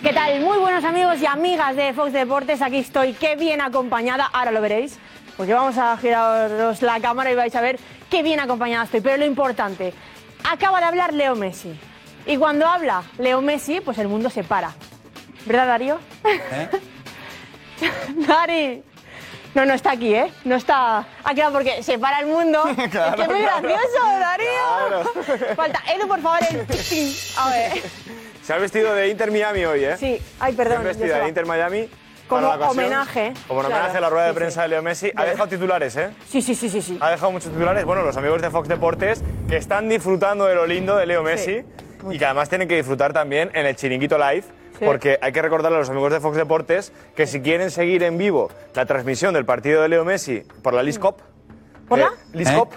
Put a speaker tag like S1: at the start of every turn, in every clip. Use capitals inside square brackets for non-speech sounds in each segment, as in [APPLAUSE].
S1: ¿Qué tal? Muy buenos amigos y amigas de Fox Deportes, aquí estoy, qué bien acompañada, ahora lo veréis, porque vamos a giraros la cámara y vais a ver qué bien acompañada estoy, pero lo importante, acaba de hablar Leo Messi, y cuando habla Leo Messi, pues el mundo se para, ¿verdad Darío?
S2: ¿Eh?
S1: [LAUGHS] Dari, no, no está aquí, ¿eh? No está, ha quedado porque se para
S2: [LAUGHS]
S1: el mundo, es que es muy
S2: claro.
S1: gracioso, Darío. Falta, Edu, por favor,
S2: [LAUGHS]
S1: el... ping. A ver,
S2: Se ha vestido de Inter Miami hoy, ¿eh?
S1: sí, ay,
S2: Se ha
S1: perdón. yo
S2: vestido
S1: sola.
S2: de Inter Miami.
S1: Como
S2: para la ocasión.
S1: homenaje,
S2: Como un
S1: claro.
S2: homenaje a la rueda de
S1: Sí,
S2: prensa
S1: sí.
S2: de Leo Messi. Ha dejado titulares, ¿eh?
S1: Sí, sí, sí, sí, sí.
S2: Ha dejado muchos titulares. Bueno, los amigos de Fox Deportes que están disfrutando de lo lindo de Leo Messi y que además tienen que disfrutar también en el Chiringuito Live.
S1: Sí.
S2: Porque hay que recordarle a los amigos de Fox Deportes que si quieren seguir en vivo la transmisión del partido de Leo Messi por la Liscop,
S1: Mm. ¿Por la?
S2: Liscop,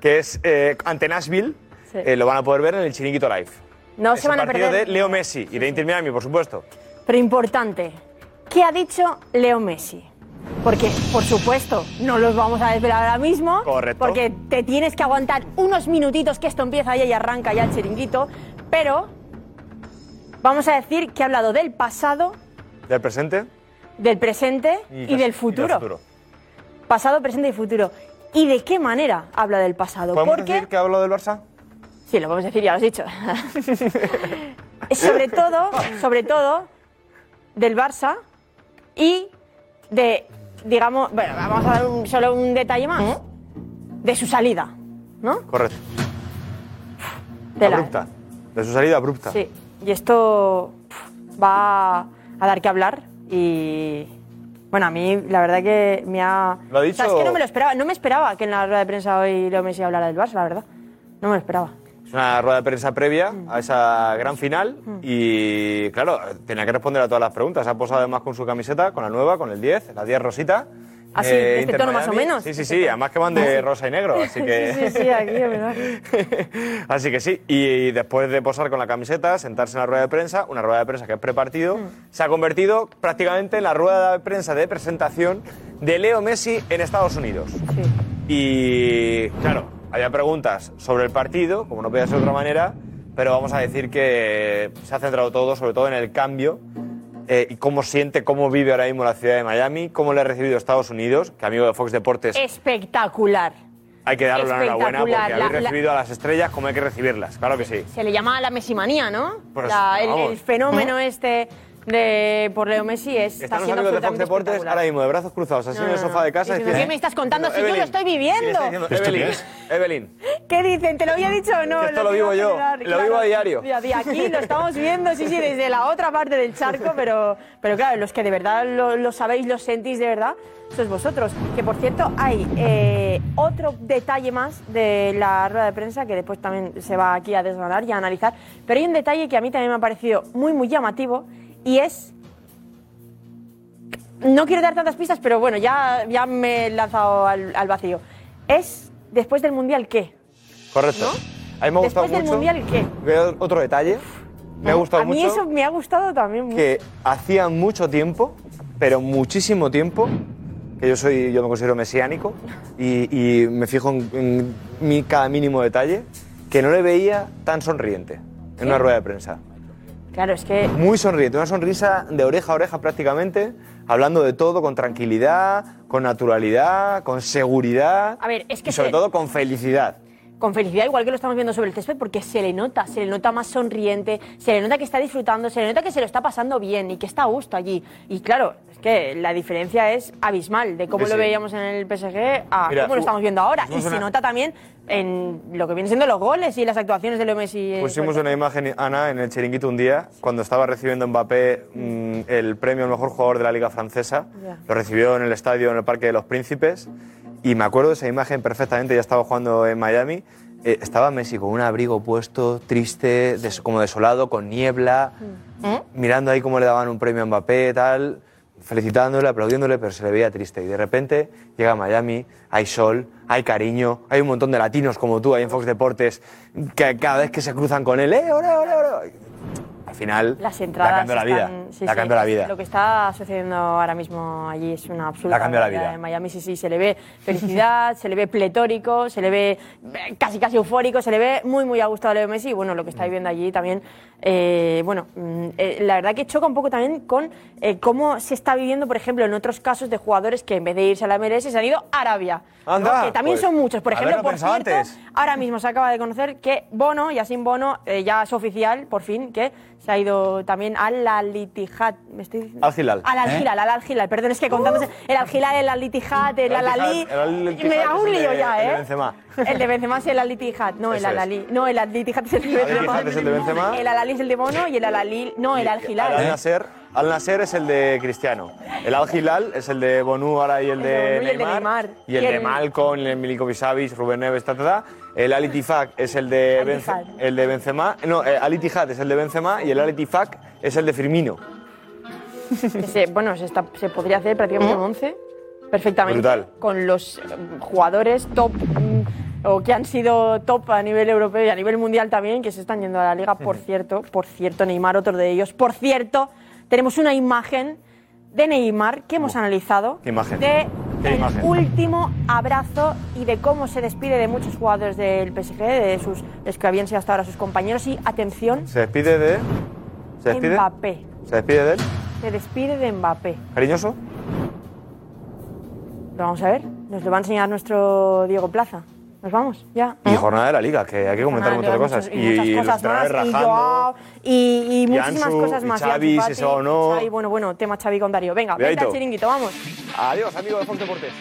S2: que es eh, ante Nashville,
S1: Sí.
S2: eh, lo van a poder ver en el Chiringuito Live.
S1: No
S2: Es
S1: se van
S2: el
S1: a
S2: partido
S1: perder.
S2: de Leo Messi y de Inter Miami, por supuesto.
S1: Pero importante, ¿qué ha dicho Leo Messi? Porque, por supuesto, no los vamos a desvelar ahora mismo.
S2: Correcto.
S1: Porque te tienes que aguantar unos minutitos que esto empieza ya y arranca ya el chiringuito. Pero vamos a decir que ha hablado del pasado,
S2: Del presente
S1: del presente y, del futuro. Pasado, presente y futuro. ¿Y de qué manera habla del pasado?
S2: ¿Podemos
S1: Porque...
S2: decir que hablo del Barça?
S1: Sí, lo vamos a decir, ya lo
S2: [LAUGHS]
S1: has dicho. sobre todo, sobre todo, del Barça y de, digamos, bueno, vamos a dar un- solo un detalle
S2: ¿Eh?
S1: más, de su salida, ¿no?
S2: Correcto.
S1: De la-
S2: abrupta. De su salida abrupta.
S1: Sí, y esto pf, va a dar que hablar y... Bueno, a mí la verdad que me ha...
S2: Lo ha dicho-
S1: O sea, es que no me lo esperaba, no me esperaba que en la rueda de prensa hoy Leo Messi hablara del Barça, la verdad. No me lo esperaba.
S2: Es una rueda de prensa previa
S1: Mm.
S2: a esa gran final y, claro, tenía que responder a todas las preguntas. Ha posado además con su camiseta, con la nueva, con el 10, la 10 rosita. Eh,
S1: Ah, sí, de este
S2: Inter
S1: tono más o
S2: Miami.
S1: menos.
S2: Sí, sí,
S1: Este
S2: sí,
S1: tono.
S2: además que van de rosa y negro, así que...
S1: [LAUGHS] Sí, sí, aquí, es verdad.
S2: Así que sí, y después de posar con la camiseta, sentarse en la rueda de prensa, una rueda de prensa que es prepartido,
S1: Mm.
S2: se ha convertido prácticamente en la rueda de prensa de presentación de Leo Messi en Estados Unidos.
S1: Sí.
S2: Y claro, había preguntas sobre el partido, como no podía ser de otra manera, pero vamos a decir que se ha centrado todo, sobre todo en el cambio eh, y cómo siente, cómo vive ahora mismo la ciudad de Miami, cómo le ha recibido Estados Unidos, que amigo de Fox Deportes
S1: espectacular.
S2: hay que darle la enhorabuena porque
S1: Eh, espectacular.
S2: habéis
S1: La- la-
S2: recibido a las estrellas como hay que recibirlas, claro que sí.
S1: Se le llama la mesimanía, ¿no?
S2: Pues,
S1: La- el,
S2: vamos. ¿Eh?
S1: el fenómeno este de por Leo Messi es, está
S2: Están los
S1: siendo
S2: amigos de Fox
S1: absolutamente
S2: Deportes
S1: espectacular.
S2: ahora mismo de brazos cruzados, así
S1: No,
S2: en el
S1: no,
S2: sofá
S1: no.
S2: de casa. eh,
S1: Diciendo,
S2: diciendo,
S1: ¿qué me estás contando? Si yo lo estoy viviendo.
S2: Y le está diciendo,
S3: ¿Esto qué
S2: Evelyn,
S3: es?
S2: Evelyn,
S1: ¿Qué dicen? ¿Te lo había dicho o no?
S2: Que esto lo vivo
S1: ibas a
S2: yo,
S1: mirar,
S2: lo vivo a diario.
S1: Día día. Aquí lo estamos viendo, sí, sí, desde la otra parte del charco, pero, pero claro, los que de verdad lo, lo sabéis, lo sentís de verdad, sois vosotros. Que por cierto, hay eh, otro detalle más de la rueda de prensa que después también se va aquí a desgranar y a analizar, pero hay un detalle que a mí también me ha parecido muy, muy llamativo y es no quiero dar tantas pistas, pero bueno, ya, ya me he lanzado al, al vacío. Es después del Mundial qué?
S2: correcto. A mí me ha gustado
S1: Después del
S2: mucho.
S1: Mundial qué?
S2: Veo otro detalle. Me ha gustado
S1: A mí
S2: mucho
S1: eso me ha gustado también mucho.
S2: que hacía mucho tiempo, pero muchísimo tiempo, que yo soy, yo me considero mesiánico y, y me fijo en, en mi- cada mínimo detalle, que no le veía tan sonriente en una rueda de prensa.
S1: Claro, es que
S2: Muy sonriente, una sonrisa de oreja a oreja prácticamente, hablando de todo con tranquilidad, con naturalidad, con seguridad.
S1: A ver, es que
S2: y sobre
S1: se-
S2: todo con felicidad.
S1: con felicidad, igual que lo estamos viendo sobre el césped, porque se le nota, se le nota más sonriente, se le nota que está disfrutando, se le nota que se lo está pasando bien y que está a gusto allí. Y claro, es que la diferencia es abismal de cómo
S2: Sí,
S1: lo
S2: sí.
S1: veíamos en el PSG a
S2: Mira,
S1: cómo lo
S2: hu-
S1: estamos viendo ahora. Y
S2: hicimos
S1: se
S2: una-
S1: nota también en lo que vienen siendo los goles y las actuaciones de Leo Messi. eh,
S2: Pusimos
S1: sobre-
S2: Pues una imagen, Ana, en el chiringuito un día, cuando estaba recibiendo Mbappé mm, el premio al mejor jugador de la Liga Francesa.
S1: Ya.
S2: Lo recibió en el estadio, en el Parque de los Príncipes. Y me acuerdo de esa imagen perfectamente, ya estaba jugando en Miami. eh, estaba Messi con un abrigo puesto, triste, des- como desolado, con niebla, mirando ahí cómo le daban un premio a Mbappé, tal, felicitándole, aplaudiéndole, pero se le veía triste. Y de repente llega a Miami, hay sol, hay cariño, hay un montón de latinos como tú ahí en Fox Deportes, que cada vez que se cruzan con él, ¡eh, ora, ora, ora! Al final,
S1: Las
S2: le ha
S1: entradas.
S2: cambiado la vida.
S1: están- sí,
S2: le ha
S1: sí,
S2: cambiado la vida.
S1: Lo que está sucediendo ahora mismo allí es una absoluta.
S2: Le ha cambiado la
S1: barbaridad.
S2: vida.
S1: En Miami, sí, sí, se le ve
S2: [LAUGHS]
S1: felicidad, se le ve pletórico, se le ve eh, casi casi eufórico, se le ve muy, muy a gusto a Leo Messi. Y bueno, lo que
S2: Mm.
S1: estáis viendo allí también. eh, bueno, mm, eh, la verdad que choca un poco también con eh, cómo se está viviendo, por ejemplo, en otros casos de jugadores que en vez de irse a la MLS se han ido a Arabia.
S2: Anda,
S1: ¿no? Que también
S2: pues,
S1: son muchos. Por ejemplo,
S2: haberlo
S1: por
S2: pensado
S1: cierto,
S2: antes.
S1: Ahora mismo se acaba de conocer que Bono, Yasin Bono, eh, ya es oficial, por fin, que se ha ido también al Al-Ittihad. ¿Me estoy diciendo?
S2: Al Hilal.
S1: Al
S2: ¿Eh? Uh.
S1: Al-Hilal, al Al-Hilal. Perdón, es que contamos el Al-Hilal, el Al-Ittihad, el
S2: Al
S1: Al-Ali.
S2: Ittihad, el Al Ittihad
S1: Me hago un
S2: es el
S1: lío
S2: de-
S1: ya,
S2: el de
S1: ¿eh?
S2: Benzema.
S1: El de Benzema es el Al-Ittihad, no el
S2: Eso es.
S1: Al-Ali. No, el Al-Ittihad es el de
S2: Al-Ittihad
S1: Benzema.
S2: es el de Benzema.
S1: El Al-Ali es el de Bono y el Al-Ali, no, el Al-Hilal.
S2: Al Nasser, Al Nasser es el de Cristiano. El Al Hilal es el de Bonú ahora y el de,
S1: Bonú y el de
S2: Neymar,
S1: Neymar.
S2: Y el
S1: Y
S2: de
S1: el-
S2: Malcom, el Milinkovic Savic, Rubén Neves, ta, ta, ta. El Al Itifak es el de,
S1: Al Ittihad.
S2: Benz- el de Benzema. No, eh, Al Ittihad es el de Benzema y el Al Itifak es el de Firmino.
S1: Que se- bueno, se, está- se podría hacer prácticamente un 11 perfectamente
S2: Mm. Brutal.
S1: con los eh, jugadores top mm, o que han sido top a nivel europeo y a nivel mundial también, que se están yendo a la liga, por cierto, por cierto, Neymar, otro de ellos. Por cierto, tenemos una imagen de Neymar que hemos analizado.
S2: Qué imagen.
S1: De
S2: Qué
S1: el
S2: imagen.
S1: último abrazo y de cómo se despide de muchos jugadores del PSG, de sus los que habían sido hasta ahora sus compañeros. Y atención,
S2: ¿Se despide de.? ¿Se despide?
S1: Mbappé.
S2: ¿Se despide de él?
S1: Se despide de Mbappé.
S2: ¿Cariñoso?
S1: Lo vamos a ver. Nos lo va a enseñar nuestro Diego Plaza. Nos vamos, ya.
S2: Y jornada de la liga, que hay que comentar
S1: Jornada
S2: un
S1: de
S2: montón de
S1: la
S2: cosas.
S1: liga, muchas- Ah, y
S2: los
S1: muchas cosas
S2: entrenadores
S1: más, y
S2: rajando.
S1: Joao, Y, y muchísimas
S2: Ansu,
S1: cosas
S2: y
S1: más.
S2: Xavi,
S1: Ansu
S2: si
S1: Fati,
S2: se va o no.
S1: Xavi, bueno, bueno, tema Xavi con Darío. Venga, venga
S2: Cuidadito.
S1: al chiringuito, vamos.
S2: Adiós, amigo de Fox Deportes.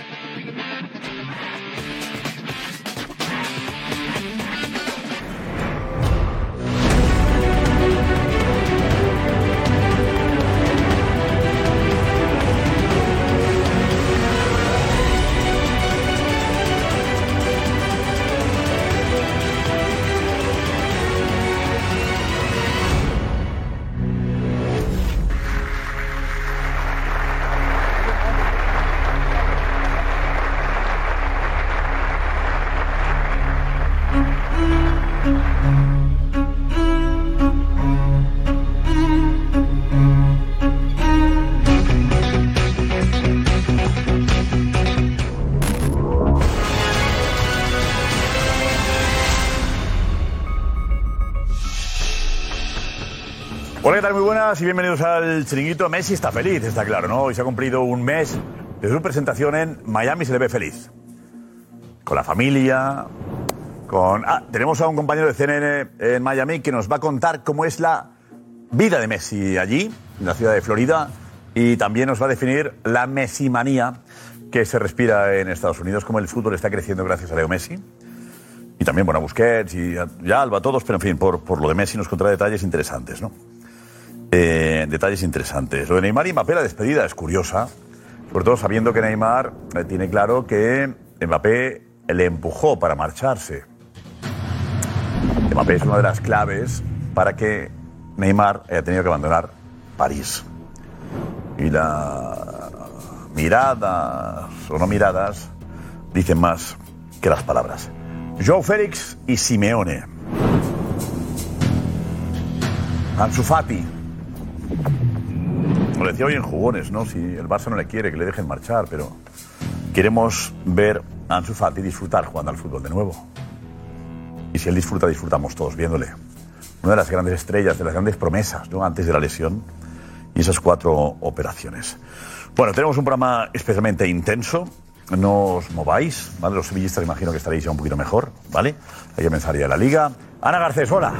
S3: Hola, ¿qué tal? Muy buenas y bienvenidos al chiringuito. Messi está feliz, está claro, ¿no? Hoy se ha cumplido un mes de su presentación en Miami, se le ve feliz. Con la familia, con... Ah, tenemos a un compañero de CNN en Miami que nos va a contar cómo es la vida de Messi allí, en la ciudad de Florida, y también nos va a definir la mesimanía que se respira en Estados Unidos, cómo el fútbol está creciendo gracias a Leo Messi. Y también, bueno, a Busquets y a, y a Alba, a todos, pero en fin, por, por lo de Messi nos contará detalles interesantes, ¿no? Eh, detalles interesantes. Lo de Neymar y Mbappé, la despedida es curiosa, sobre todo sabiendo que Neymar eh, tiene claro que Mbappé le empujó para marcharse. Mbappé es una de las claves para que Neymar haya tenido que abandonar París. Y las miradas o no miradas dicen más que las palabras. Joe Félix y Simeone. Ansu Fati. Lo decía hoy en jugones, ¿no? Si el Barça no le quiere, que le dejen marchar, pero queremos ver a Ansu Fati disfrutar jugando al fútbol de nuevo. Y si él disfruta, disfrutamos todos viéndole. Una de las grandes estrellas, de las grandes promesas, ¿no? Antes de la lesión y esas cuatro operaciones. Bueno, tenemos un programa especialmente intenso. No os mováis, ¿vale? Los sevillistas imagino que estaréis ya un poquito mejor, ¿vale? Hay que pensar ya en la liga. Ana Garcés, hola.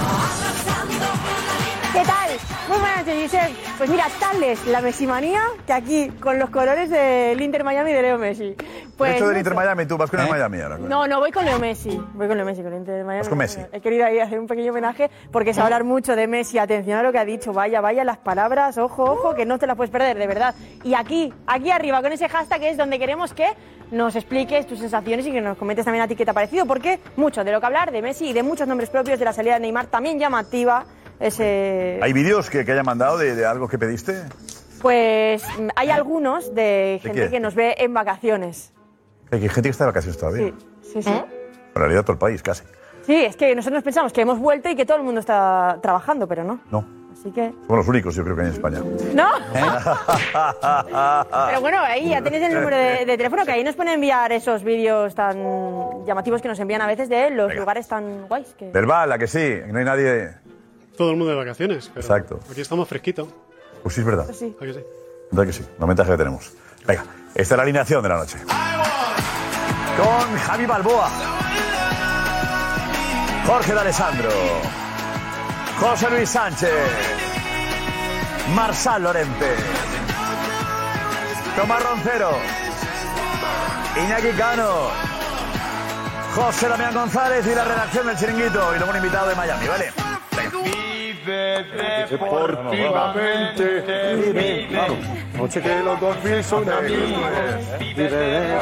S1: ¿Qué tal? Muy buenas, Giselle. Pues mira, tal es la mesimanía que aquí con los colores del Inter Miami de Leo Messi. Pues
S3: He hecho del
S1: no
S3: Inter
S1: sé.
S3: Miami, tú vas con el Miami ahora.
S1: No, no, voy con Leo Messi. Voy con Leo Messi, con el Inter de Miami.
S3: Vas con Messi.
S1: He querido ahí hacer un pequeño homenaje porque se va a hablar mucho de Messi. Atención a lo que ha dicho. Vaya, vaya, las palabras. Ojo, ojo, que no te las puedes perder, de verdad. Y aquí, aquí arriba, con ese hashtag es donde queremos que nos expliques tus sensaciones y que nos comentes también a ti qué te ha parecido. Porque mucho de lo que hablar de Messi y de muchos nombres propios de la salida de Neymar también llamativa. Ese,
S3: ¿Hay vídeos que, que haya mandado de, de algo que pediste?
S1: pues mm, hay algunos de
S3: ¿De
S1: gente
S3: qué?
S1: que nos ve en vacaciones.
S3: Hay gente que está de vacaciones todavía.
S1: Sí, sí, sí.
S3: En realidad todo el país, casi.
S1: Sí, es que nosotros pensamos que hemos vuelto y que todo el mundo está trabajando, pero no.
S3: No.
S1: Así que.
S3: Somos los únicos, yo creo que hay en España. ¿Eh?
S1: ¡No!
S3: [LAUGHS]
S1: Pero bueno, ahí ya tenéis el número de, de teléfono, que ahí nos pueden enviar esos vídeos tan llamativos que nos envían a veces de los lugares tan guays. Que...
S3: Verbal, la que sí, que no hay nadie.
S4: Todo el mundo de vacaciones. Pero
S3: Exacto.
S4: Aquí estamos fresquitos.
S3: Pues sí, es verdad.
S1: Sí.
S4: ¿A que sí?
S3: Verdad que sí, la ventaja que tenemos. Venga, esta es la alineación de la noche. Con Javi Balboa. Jorge D'Alessandro. José Luis Sánchez. Marsal Lorente. Tomás Roncero. Iñaki Cano. José Damián González y la redacción del Chiringuito. Y luego un invitado de Miami, ¿vale?
S5: Deportivamente vive, noche que los dos mil son amigos. Vive
S3: Eh.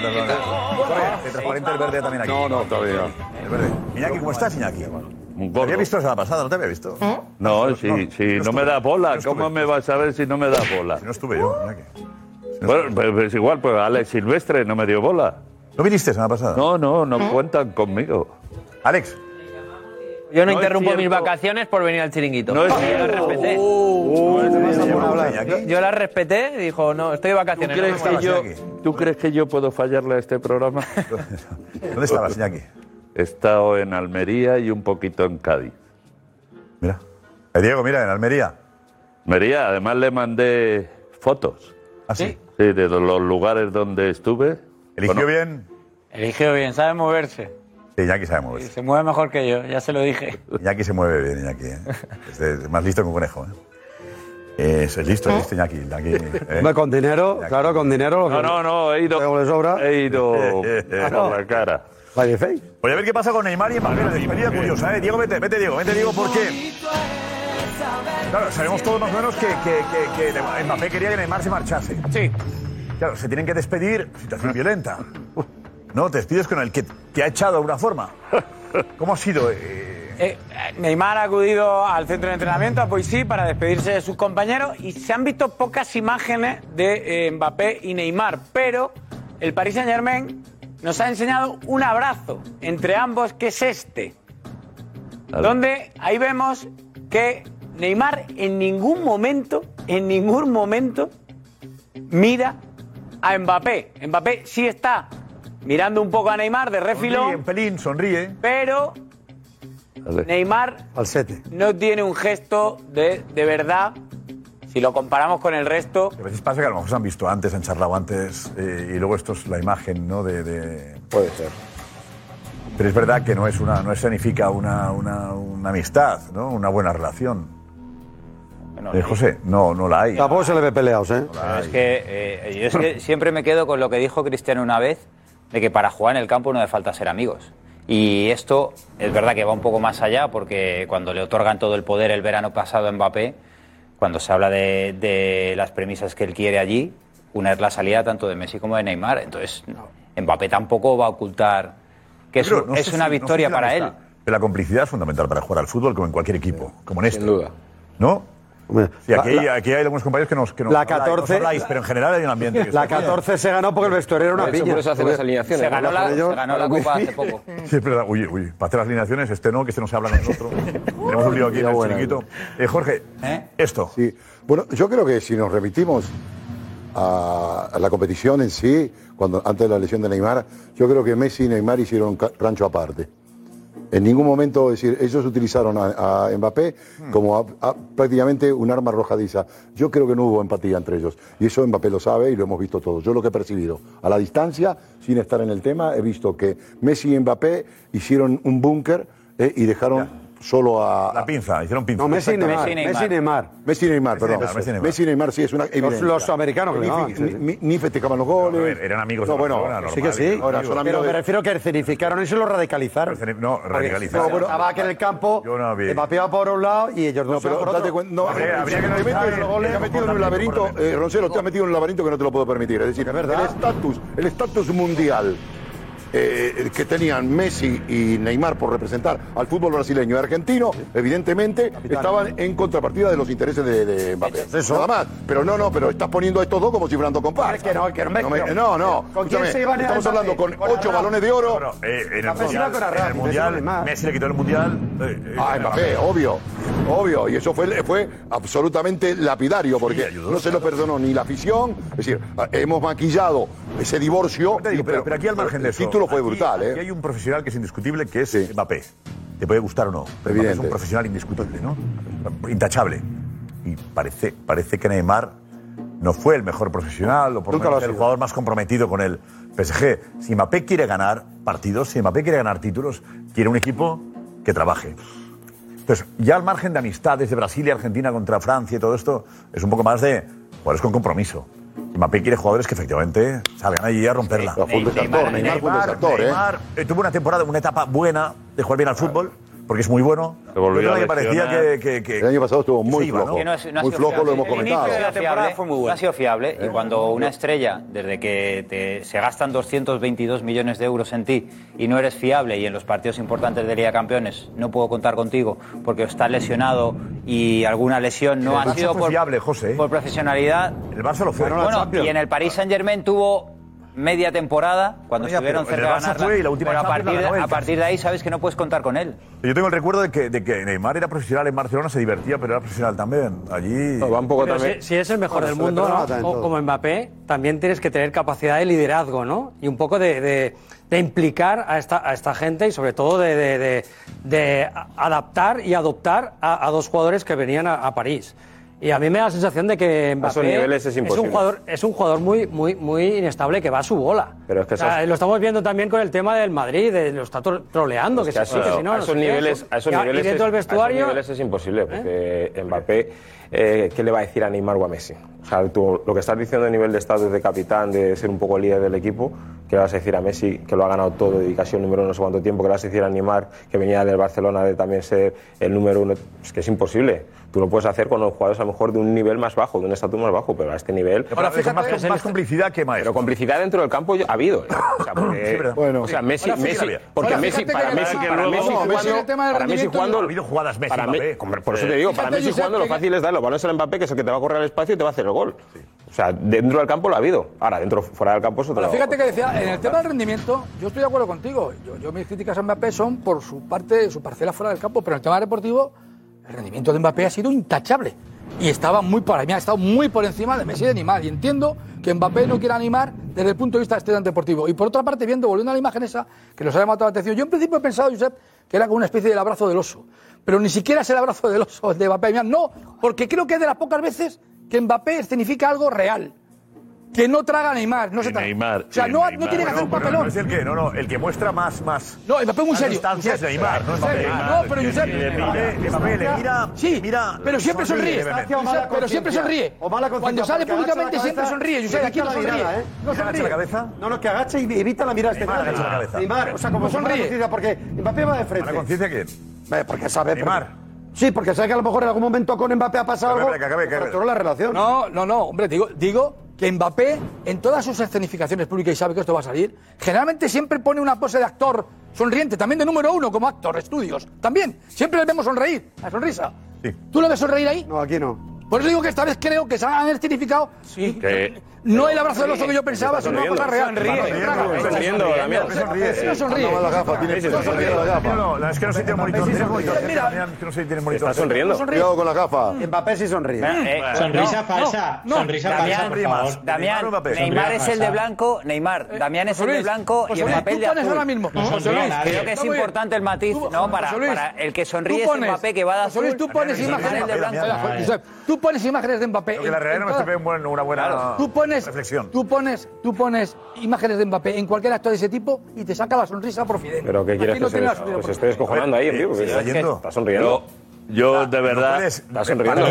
S3: Jorge, de transparente el verde también aquí.
S6: No, no, todavía.
S3: El verde. Iñaki, ¿cómo estás, Iñaki?
S6: Un
S3: Te había
S6: gordo.
S3: visto la semana pasada, no te había visto.
S6: No, si, si no me da bola, ¿cómo me vas a ver si no me da bola?
S3: No estuve yo, Iñaki.
S6: Bueno, pues, pues igual, pues Alex Silvestre no me dio bola.
S3: ¿No viniste la semana pasada?
S6: No, no, no cuentan conmigo.
S3: Alex.
S7: Yo
S6: No
S7: no,
S6: es
S7: interrumpo mis
S6: cierto.
S7: vacaciones por venir al chiringuito.
S6: No es
S7: yo las respeté.
S3: Iñaki.
S7: Yo las respeté y dijo, no, estoy de
S6: ¿Tú
S7: vacaciones.
S6: crees,
S7: no me
S6: que yo,
S3: Iñaki.
S6: ¿Tú crees que yo puedo fallarle a este programa?
S3: [LAUGHS] ¿Dónde estabas, Iñaki?
S6: He estado en Almería y un poquito en Cádiz.
S3: Mira. Eh, Diego, mira, en Almería.
S6: Almería, además le mandé fotos
S3: Así.
S6: sí, de los lugares donde estuve.
S3: Ah, ¿Eligió
S6: Cono-
S3: bien?
S8: Eligió bien, sabe moverse.
S3: Sí, Iñaki sabe moverse.
S8: Se mueve mejor que yo, ya se lo dije.
S3: Iñaki se mueve bien,
S5: [LAUGHS]
S3: Iñaki. ¿eh? Es de- más listo que un conejo. ¿eh? Es, es listo, es listo, Iñaki.
S5: [LAUGHS]
S3: Iñaki, eh.
S5: Hombre, con dinero, claro, con dinero.
S6: No, no, no, he
S5: Luego le
S6: ido.
S5: sobra.
S6: He ido
S3: [LAUGHS]
S6: por la cara.
S5: Valle Fey.
S3: Voy Pues a ver qué pasa con Neymar y Mbappé. La despedida curiosa, ¿eh? Diego, vete, vete, Diego, vete, Diego, porque... Claro, sabemos todos más o menos que, que, que, que Mbappé quería que Neymar se marchase.
S7: Sí.
S3: Claro, se tienen que despedir, situación violenta. No, te despides con el que te ha echado de alguna forma. ¿Cómo ha sido? eh?
S8: Eh, Neymar ha acudido al centro de entrenamiento, a Poissy, para despedirse de sus compañeros y se han visto pocas imágenes de eh, Mbappé y Neymar, pero el Paris Saint-Germain nos ha enseñado un abrazo entre ambos que es este.
S6: Claro.
S8: Donde ahí vemos que Neymar en ningún momento, en ningún momento mira a Mbappé. Mbappé sí está mirando un poco a Neymar de
S3: Sonríe, un
S8: refilón,
S3: pelín, sonríe.
S8: pero
S6: Vale.
S8: Neymar
S5: Falsete.
S8: no tiene un gesto de, de verdad si lo comparamos con el resto.
S3: A veces pasa que a lo mejor se han visto antes, han charlado antes eh, y luego esto es la imagen, ¿no? De, de-
S5: Puede ser.
S3: Pero es verdad que no es una, no significa una, una, una amistad, ¿no? Una buena relación. Eh, José, no, no la hay.
S5: Tampoco se le ve peleados, ¿eh?
S9: Es que eh, yo
S3: [LAUGHS]
S9: es que siempre me quedo con lo que dijo Cristiano una vez, de que para jugar en el campo no hace falta ser amigos. Y esto es verdad que va un poco más allá, porque cuando le otorgan todo el poder el verano pasado a Mbappé, cuando se habla de, de las premisas que él quiere allí, una es la salida tanto de Messi como de Neymar. Entonces, no, Mbappé tampoco va a ocultar que es,
S3: Pero
S9: un-
S3: no
S9: es
S3: sé si-
S9: una
S3: no sé
S9: victoria
S3: si la
S9: para él.
S3: amistad, pero La complicidad es fundamental para jugar al fútbol como en cualquier equipo, como en este.
S5: Sin duda.
S3: ¿No?
S5: Hombre,
S3: Sí, aquí,
S5: la-
S3: hay-
S5: la-
S3: aquí hay algunos compañeros que nos que nos
S5: La
S3: habláis,
S5: 14
S3: nos habláis, pero en general hay un ambiente. que
S5: La
S3: está bien.
S5: 14 se ganó porque el vestuario era una piña.
S9: Se ganó la,
S5: Con ello-
S9: se ganó la copa hace poco.
S3: Sí, es verdad. Uy, uy, para hacer las alineaciones, este no, que este no se habla con
S5: [LAUGHS]
S3: nosotros. Tenemos un lío aquí en el
S5: buena,
S3: chiquito. Eh, Jorge,
S9: ¿Eh?
S3: esto.
S10: Sí. Bueno, yo creo que si nos remitimos a, a la competición en sí, cuando, antes de la lesión de Neymar, yo creo que Messi y Neymar hicieron ca- rancho aparte. En ningún momento, es decir, ellos utilizaron a, a Mbappé como a- a- prácticamente un arma arrojadiza. Yo creo que no hubo empatía entre ellos. Y eso Mbappé lo sabe y lo hemos visto todos. Yo lo que he percibido a la distancia, sin estar en el tema, he visto que Messi y Mbappé hicieron un búnker eh, y dejaron solo a. La
S3: pinza, Ah, hicieron pinza.
S10: No,
S5: Messi y Neymar, Messi y Neymar.
S10: Messi y Neymar,
S3: Messi y
S10: perdón.
S3: Neymar, Messi y Neymar.
S10: Messi y Neymar, sí, es una
S3: Los-
S10: evidencia.
S3: los americanos que
S10: Ni-
S3: ganaban, sí,
S10: ni,
S3: sí.
S10: ni- ni festejaban los goles.
S3: a ver, eran amigos de
S10: No, bueno,
S3: Barcelona,
S10: sí que sí. Ahora son
S11: pero
S10: amigos
S11: me
S10: de-
S11: refiero que escenificaron eso y lo radicalizaron.
S3: No, radicalizaron.
S11: No, bueno, estaba que en el campo, Mbappé va por un lado y ellos dos
S10: Pero
S11: por
S10: date
S11: otro.
S10: cuenta, no, eh, te metes- te has metido en un laberinto, eh, Roncero, te has metido en un laberinto que no te lo puedo permitir. Es decir, el estatus, el estatus mundial eh, el que tenían Messi y Neymar por representar al fútbol brasileño y argentino, evidentemente estaban en contrapartida de los intereses de, de Mbappé. Nada más. Pero no, no, pero estás poniendo a estos dos como si fueran dos comparsas.
S11: que no, que no me-
S10: no, me- no, no.
S11: ¿Con quién
S10: Escúchame,
S11: se iban a
S10: Estamos
S11: Mbappé?
S10: hablando con
S11: Con
S10: ocho
S11: Arraf.
S10: balones de oro.
S3: Bueno, eh, en
S10: La presión
S3: el mundial,
S10: con Arraf,
S3: en el
S10: Messi
S3: mundial,
S10: con Neymar.
S3: Messi le quitó el mundial. eh, eh,
S10: Ah,
S3: a
S10: Mbappé, obvio. Obvio, y eso fue, fue absolutamente lapidario, porque no se lo perdonó ni la afición. Es decir, ah, hemos maquillado ese divorcio.
S3: Te digo,
S10: y-
S3: pero, pero aquí al margen de eso.
S10: El título fue
S3: aquí-
S10: brutal, ¿eh?
S3: Aquí hay un profesional que es indiscutible, que es Mbappé. Te puede gustar o no. pero Mbappé es un profesional indiscutible, ¿no? Intachable. Y parece, parece que Neymar no fue el mejor profesional o por lo
S10: Nunca lo
S3: menos
S10: ha
S3: el
S10: sido.
S3: jugador más comprometido con el PSG. Si Mbappé quiere ganar partidos, si Mbappé quiere ganar títulos, quiere un equipo que trabaje. Entonces, ya al margen de amistades de Brasil y Argentina contra Francia y todo esto, es un poco más de jugadores con compromiso. Mbappé quiere jugadores que efectivamente salgan allí a romperla.
S10: Neymar, Fue un desertor, Neymar fue un desertor, ¿eh?
S3: Neymar, eh, tuvo una temporada, una etapa buena de jugar bien al fútbol, porque es muy bueno. Pero
S10: volvió
S3: es
S10: a
S3: verdad que parecía
S10: lesionar.
S3: que, que- que-
S10: El año pasado estuvo
S3: que se
S10: muy
S3: iba,
S10: flojo.
S3: ¿no?
S9: Que no ha sido- no ha
S10: Muy
S9: sido
S10: flojo,
S9: fiable.
S10: lo hemos
S9: El inicio
S10: comentado.
S9: de la temporada
S10: Fiable,
S9: fue muy bueno. No ha sido fiable.
S3: Eh.
S9: Y cuando una estrella, desde que te- se gastan 222 millones de euros en ti y no eres fiable y en los partidos importantes de Liga de Campeones no puedo contar contigo porque estás lesionado y alguna lesión no
S3: El
S9: ha
S3: Barça
S9: sido
S3: fue
S9: por,
S3: fiable, José. ¿eh?
S9: por profesionalidad.
S3: El Barça lo fue. Ganó la
S9: Bueno,
S3: Champions.
S9: y en el Paris Saint Germain tuvo media temporada
S3: Bueno,
S9: cuando
S3: ya,
S9: estuvieron
S3: pero el
S9: cerca de
S3: Barça
S9: ganarla.
S3: fue y la última
S9: pero a
S3: Champions la
S9: partir,
S3: ganó el
S9: a partir de ahí sabes que no puedes contar con él.
S3: Yo tengo el recuerdo de que, de que Neymar era profesional en Barcelona, se divertía, pero era profesional también. Allí.
S12: Pero Si, si eres el mejor
S3: Bueno,
S12: del
S3: se le
S12: mundo,
S3: perdonaba
S12: ¿no?
S3: también
S12: O
S3: todo.
S12: como Mbappé, también tienes que tener capacidad de liderazgo, ¿no? Y un poco de, de- de implicar a esta, a esta gente y sobre todo de, de- de- de a- adaptar y adoptar a, a dos jugadores que venían a, a París. Y a mí me da la sensación de que Mbappé
S13: esos niveles es
S12: un
S13: imposible.
S12: jugador, es un jugador muy, muy, muy inestable que va a su bola.
S13: Pero es que
S12: O sea,
S13: esas-
S12: lo estamos viendo también con el tema del Madrid, de, lo está tro- troleando, que,
S13: Es Pues que a
S12: sí, que
S13: esos-
S12: sí, no,
S13: a
S12: no
S13: esos
S12: sé qué.
S13: niveles, a esos
S12: Y a- y
S13: niveles
S12: dentro del
S13: es- a esos
S12: vestuario,
S13: niveles es imposible, porque Mbappé, eh, ¿qué le va a decir a Neymar o a Messi? O sea, tú- lo que estás diciendo a nivel de estatus de capitán, de ser un poco líder del equipo, ¿qué le vas a decir a Messi, que lo ha ganado todo y que ha sido el número uno no sé cuánto tiempo? ¿Qué le vas a decir a Neymar, que venía del Barcelona, de también ser el número uno? Es que es imposible. Tú lo puedes hacer con los jugadores a lo mejor de un nivel más bajo, de un estatus más bajo, pero a este nivel...
S3: Ahora, fíjate, más- más complicidad que maestro.
S13: Pero complicidad dentro del campo ha habido. ¿eh? O
S3: [COUGHS]
S13: sea, porque, o sea, Messi,
S3: Ahora fíjate.
S13: Messi, porque
S3: Ahora
S13: Messi,
S3: fíjate
S13: para
S3: que-
S13: Messi,
S3: que
S13: para
S3: luego-
S13: Messi,
S3: no,
S13: jugando-
S3: Messi en el tema del
S13: para Messi
S3: rendimiento
S13: jugando,
S3: no. Ha habido jugadas Messi,
S13: para Me-
S3: Mbappé.
S13: hombre, por eso
S3: Eh,
S13: te digo, para
S3: fíjate,
S13: Messi
S3: Josep,
S13: jugando lo
S3: que-
S13: fácil es darlo, balones al Mbappé que es el que te va a correr al espacio y te va a hacer el gol. O sea, dentro del campo lo ha habido. Ahora, dentro fuera del campo es otro.
S14: Ahora, fíjate que decía, en el tema del rendimiento, yo estoy de acuerdo contigo. Yo, yo mis críticas a Mbappé son por su parte, su parcela fuera del campo, pero en el tema deportivo, el rendimiento de Mbappé ha sido intachable. Y estaba muy para mí, ha estado muy por encima de Messi y de Neymar. Y entiendo que Mbappé no quiera animar desde el punto de vista este deportivo. Y por otra parte, viendo, volviendo a la imagen esa, que nos ha llamado la atención, yo en principio he pensado, Josep, que era como una especie del abrazo del oso. Pero ni siquiera es el abrazo del oso el de Mbappé. y Neymar. No, porque creo que es de las pocas veces que Mbappé escenifica algo real. Que no traga a Neymar, no se traga.
S3: Neymar.
S14: O sea, no, no tiene que hacer un papelón.
S3: No es el que, no, no, el que muestra más. más
S14: No, Mbappé muy
S3: más
S14: serio.
S3: distancia es
S14: Josep,
S3: Neymar, no es
S14: Josep,
S3: Mbappé.
S14: No, pero
S3: Que
S14: Josep.
S3: le mide- Mbappé le mira.
S14: Sí,
S3: mira,
S14: pero siempre sonríe.
S3: levemente.
S14: Josep, pero siempre sonríe.
S11: O mala conciencia,
S14: Cuando sale
S11: porque agacha
S14: públicamente
S11: la cabeza
S14: siempre sonríe.
S11: y
S14: Josep,
S11: evita
S14: aquí no
S11: la
S14: sonríe.
S11: mirada, ¿eh?
S14: No
S11: ¿Agacha la
S14: sonríe.
S11: cabeza? No, no, que agacha y evita la mirada. este
S3: Neymar agacha la cabeza.
S11: Neymar, o sea, como
S3: No
S11: si fuera
S3: sonríe.
S11: conciencia, porque Mbappé va de frente.
S3: ¿Mala conciencia quién?
S11: Porque sabe.
S3: Neymar.
S11: Sí, porque sabe que a lo mejor en algún momento con Mbappé ha pasado algo. que fracturó la relación.
S14: No, no, no, hombre, digo, digo que Mbappé en todas sus escenificaciones públicas y sabe que esto va a salir, generalmente siempre pone una pose de actor sonriente, también de número uno como actor, estudios, también. Siempre le vemos sonreír, la sonrisa. ¿Tú le ves sonreír ahí?
S11: No, aquí no.
S14: Por eso digo que esta vez creo que se han escenificado. Sí. No el abrazo del oso que yo pensaba, sino una cosa real. No sonríe.
S3: No, las
S14: gafas,
S3: tiene-
S14: No sonríe.
S3: No, No, no, es que no se tiene monitor. Tienes monitor. Damián, que no se tiene monitor.
S10: Cuidado con la gafa.
S11: Mbappé sí sonríe.
S9: Mm. Eh, No, no, no. Damián, Damián, Neymar es el de blanco, Neymar, Damián es el de
S11: Luis,
S9: blanco
S11: José
S9: y
S11: Luis,
S9: Mbappé
S11: tú
S9: el de
S11: pones
S9: azul.
S11: ahora mismo. No
S9: José
S11: sonríe
S9: Luis,
S11: nadie.
S9: Creo que es
S11: Está muy bien.
S9: importante el matiz,
S11: Tú-
S9: ¿no? Para,
S11: José Luis,
S9: para el que
S14: tú
S9: sonríe es
S14: pones-
S9: Mbappé que va de
S14: José Luis,
S9: azul.
S14: tú pones
S9: Neymar
S14: imágenes
S9: el de blanco.
S14: Josep, tú pones imágenes de Mbappé.
S3: Porque la realidad no me
S14: en
S3: esté
S14: todas-
S3: bien, bueno, una buena.
S14: Tú pones pones,
S3: reflexión.
S14: Tú pones, tú pones imágenes de Mbappé en cualquier acto de ese tipo y te saca la sonrisa por Fidel.
S13: Pero ¿qué quieres
S14: Aquí no
S13: que se
S14: tiene la
S13: des-
S14: sonrisa
S13: que se
S14: por
S13: esté
S14: Fidel.
S13: descojonando ahí, tío?
S3: Sí,
S13: porque-
S3: está yendo.
S13: Está sonriendo.
S6: Yo, de verdad.
S3: Está
S13: sonriendo.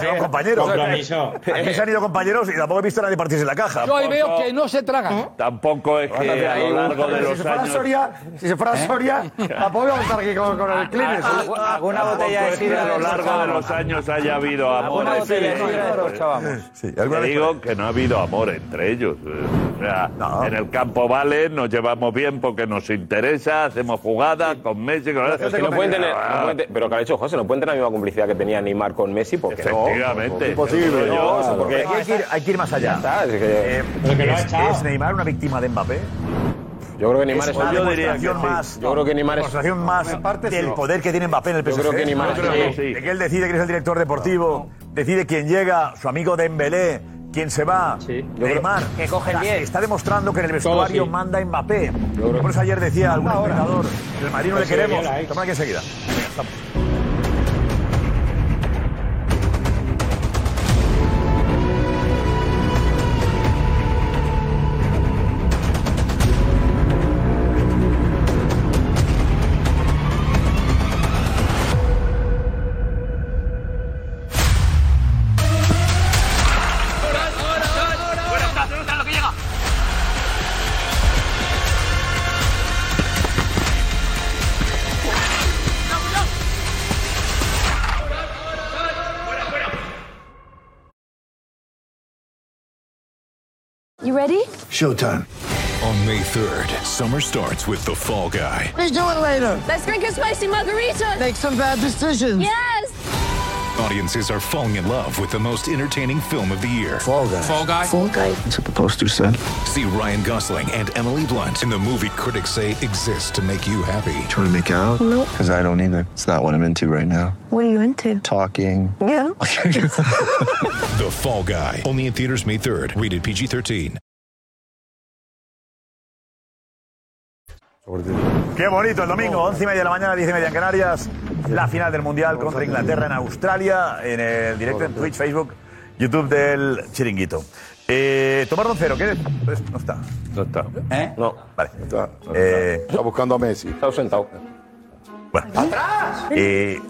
S3: Son compañeros.
S6: Compromiso.
S11: Eh,
S3: Aquí se han ido compañeros y tampoco he visto a nadie partirse la caja.
S14: Yo ahí veo que no se traga.
S6: Tampoco es que a lo largo de
S11: eh, si
S6: los
S11: se fuera
S6: años.
S11: Soria, si se fuera
S6: ¿Eh?
S11: Soria, tampoco vamos a estar aquí con, con el
S6: Ah,
S11: Kleenex.
S9: Alguna botella de
S6: Tampoco es que
S9: sidra
S6: a lo
S9: de
S6: largo de los años haya habido amor.
S9: Alguna botella de
S6: entre
S9: sidra
S6: ellos.
S9: descorchábamos.
S6: Te digo que no ha habido amor entre ellos. Eh, O sea, en el campo vale, nos llevamos bien porque nos interesa, hacemos jugadas con Messi. Con...
S13: Es que no pueden tener, no pueden te- pero que ha dicho José, no pueden tener la misma complicidad que tenía Neymar con Messi, porque no.
S3: Efectivamente.
S13: Imposible. No, o sea, porque
S3: Pero hay, que ir, hay que ir más allá.
S13: Ya está, es que-
S3: Eh,
S13: Pero que lo ha
S3: ¿es-
S13: echado.
S3: ¿Es Neymar una víctima de Mbappé?
S13: Yo creo que Neymar es
S3: una
S13: yo diría que
S3: demostración
S13: sí.
S3: más.
S13: Yo creo que Neymar es-
S3: demostración más del
S13: no.
S3: poder que tiene Mbappé en el
S13: Yo
S3: PSG.
S13: creo que Neymar
S3: Yo creo
S13: es-
S3: que sí. De que él decide quién es el director deportivo, decide quién llega, su amigo Dembélé, quién se va. Neymar
S9: Que coge el
S3: está-
S9: 10.
S3: está demostrando que en el
S9: Todo
S3: vestuario
S9: sí.
S3: manda Mbappé. Por eso ayer decía algún espectador, el Madrid no le
S9: Pues sí,
S3: queremos.
S9: viola, ¿eh?
S3: Toma aquí enseguida. Venga, estamos.
S15: You ready?
S16: Showtime. On May 3rd, summer starts with the Fall Guy.
S15: Let's do it later. Let's drink a spicy margarita. Make some bad decisions. Yes.
S16: Audiences are falling in love with the most entertaining film of the year. Fall Guy. Fall Guy.
S15: Fall guy.
S16: That's what the poster said. See Ryan Gosling and Emily Blunt in the movie critics say exists to make you happy.
S17: Trying to make it out?
S15: Nope.
S17: Because I don't either. It's not what I'm into right now.
S15: What are you into?
S17: Talking.
S15: Yeah. [LAUGHS]
S16: The Fall Guy. Only in theaters May 3rd. Rated PG 13.
S3: Qué bonito el domingo, 11 y media de la mañana, 10 y media en Canarias, la final del Mundial contra Inglaterra en Australia, en el directo en Twitch, Facebook, YouTube del Chiringuito. Eh, Tomás Roncero, ¿qué pues No está.
S6: No está.
S3: ¿Eh? No. Vale. Eh, Está,
S10: buscando a Messi.
S13: Está ausentado.
S3: Bueno. ¡Atrás! Eh,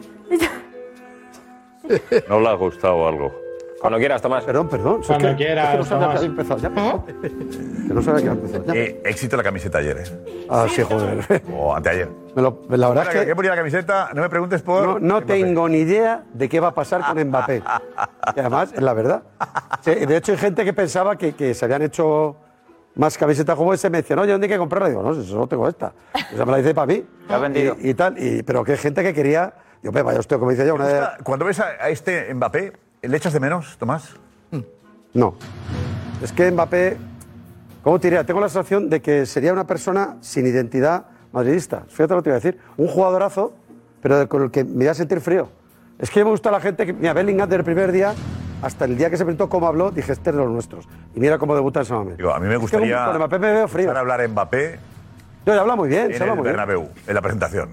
S6: No le ha gustado algo.
S13: Cuando quieras, Tomás.
S11: Perdón, perdón.
S6: Cuando quieras,
S11: Es que no sabía que
S6: Tomás.
S11: había empezado. Ya, que no sabía que había empezado.
S3: eh, éxito la camiseta ayer, ¿eh?
S11: Ah, sí, joder.
S3: O anteayer.
S11: Me lo- la verdad es que
S3: ¿Qué ponía la camiseta? No me preguntes por.
S11: No, no tengo ni idea de qué va a pasar con
S3: [LAUGHS]
S11: Mbappé. Y además, es la verdad. Sí, De hecho, hay gente que pensaba que, que se habían hecho más camisetas como ese. Me decían, oye, ¿dónde hay que comprarla? Digo, no, si solo tengo esta. O sea, me la dice para mí. La vendido. Y, y tal. Y, pero que hay gente que quería. Yo, me vaya usted, como dice yo, una de.
S3: Cuando ves a, a este Mbappé, ¿le echas de menos, Tomás?
S11: No. Es que Mbappé, ¿cómo te diría? Tengo la sensación de que sería una persona sin identidad madridista. Fíjate lo que te iba a decir. Un jugadorazo, pero con el que me iba a sentir frío. Es que me gusta la gente que. Mira, Bellingham del primer día, hasta el día que se presentó, cómo habló, dije, este es de los nuestros. Y mira cómo debuta en ese momento.
S3: Digo, a mí me
S11: Es que con-
S3: gustaría.
S11: con Mbappé me veo frío.
S3: Para hablar Mbappé
S11: No, y habla muy bien,
S3: en
S11: se habla
S3: el
S11: muy bien.
S3: Bernabéu, en la presentación.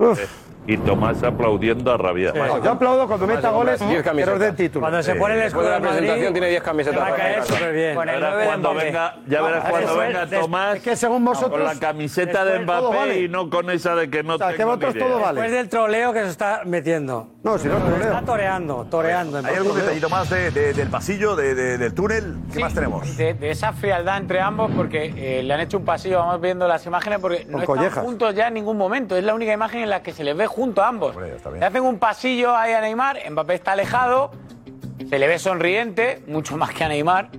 S6: Eh, Y Tomás aplaudiendo a rabiar.
S11: No, yo aplaudo cuando meta goles, que nos den título.
S6: Cuando se pone el
S13: Eh, Después de la presentación tiene 10 camisetas. para
S6: caer
S13: comprar.
S6: superbién. Con el Ahora nueve de cuando Mbappé. venga- ya verás cuando
S11: eso es,
S6: venga
S11: des-
S6: Tomás
S11: Es que según vosotros.
S6: Con la camiseta de
S11: después todo
S6: Mbappé
S11: vale.
S6: y no con esa de que no
S11: O sea, que
S6: tengo
S11: vosotros
S6: ni idea.
S11: todo vale.
S12: Después del troleo que se está metiendo.
S11: No, si no es troleo.
S12: Está toreando, toreando.
S3: ¿Hay algún detallito más de- de- del pasillo, de- de- del túnel? ¿Qué más tenemos?
S8: De, de esa frialdad entre ambos, porque eh, le han hecho un pasillo, vamos viendo las imágenes, porque no están
S3: collejas.
S8: juntos ya en ningún momento. Es la única imagen en la que se les ve juntos a ambos.
S3: bien.
S8: Le hacen un pasillo ahí a Neymar, Mbappé está alejado, se le ve sonriente, mucho [LAUGHS] más que a Neymar,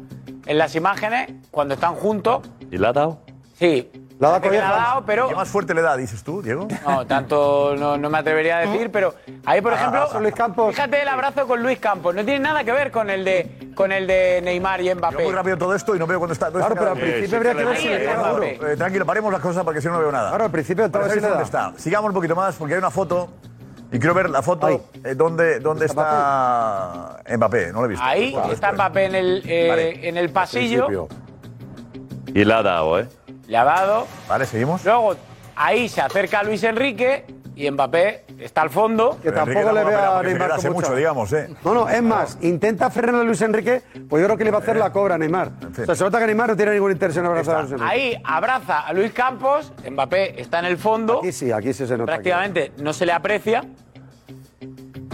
S8: en las imágenes, cuando están juntos.
S6: ¿Y la ha dado?
S8: Sí.
S3: La
S8: Parece que le ha dado, pero
S3: ¿Qué más fuerte le da, dices tú, Diego?
S8: No, tanto no, no me atrevería a decir, pero ahí, por
S3: Ah,
S8: ejemplo,
S3: con
S8: fíjate el abrazo con Luis Campos. No tiene nada que ver con el de, con el de Neymar y Mbappé.
S3: Muy rápido todo esto y no veo cuándo está. dónde
S8: Claro,
S3: está
S8: pero
S3: cada
S8: al
S3: uno.
S8: principio habría que ver si le
S3: Eh,
S8: da
S3: seguro.
S8: Mbappé.
S3: Eh, tranquilo, paremos las cosas porque si no, no veo nada. Claro,
S11: al principio ver
S3: Para saber
S11: si le
S3: dónde
S11: da.
S3: está. Sigamos un poquito más porque hay una foto y quiero ver la foto eh, donde, donde está Mbappé. No lo he visto.
S8: Ahí está Mbappé en el, eh, en el pasillo.
S6: Y la ha dado, ¿eh?
S8: Le ha dado.
S3: Vale, seguimos.
S8: Luego Ahí se acerca Luis Enrique y Mbappé está al fondo.
S11: Que tampoco le vea a Neymar con
S3: ¿eh?
S11: No, no, es más, intenta frenar a Luis Enrique, pues yo creo que le va a
S3: Eh.
S11: hacer la cobra a Neymar. O sea, se nota que Neymar no tiene ningún interés en abrazar a Luis Enrique.
S8: Ahí abraza a Luis Campos, Mbappé está en el fondo,
S11: Aquí sí, aquí sí se nota. que-
S8: prácticamente no se le aprecia,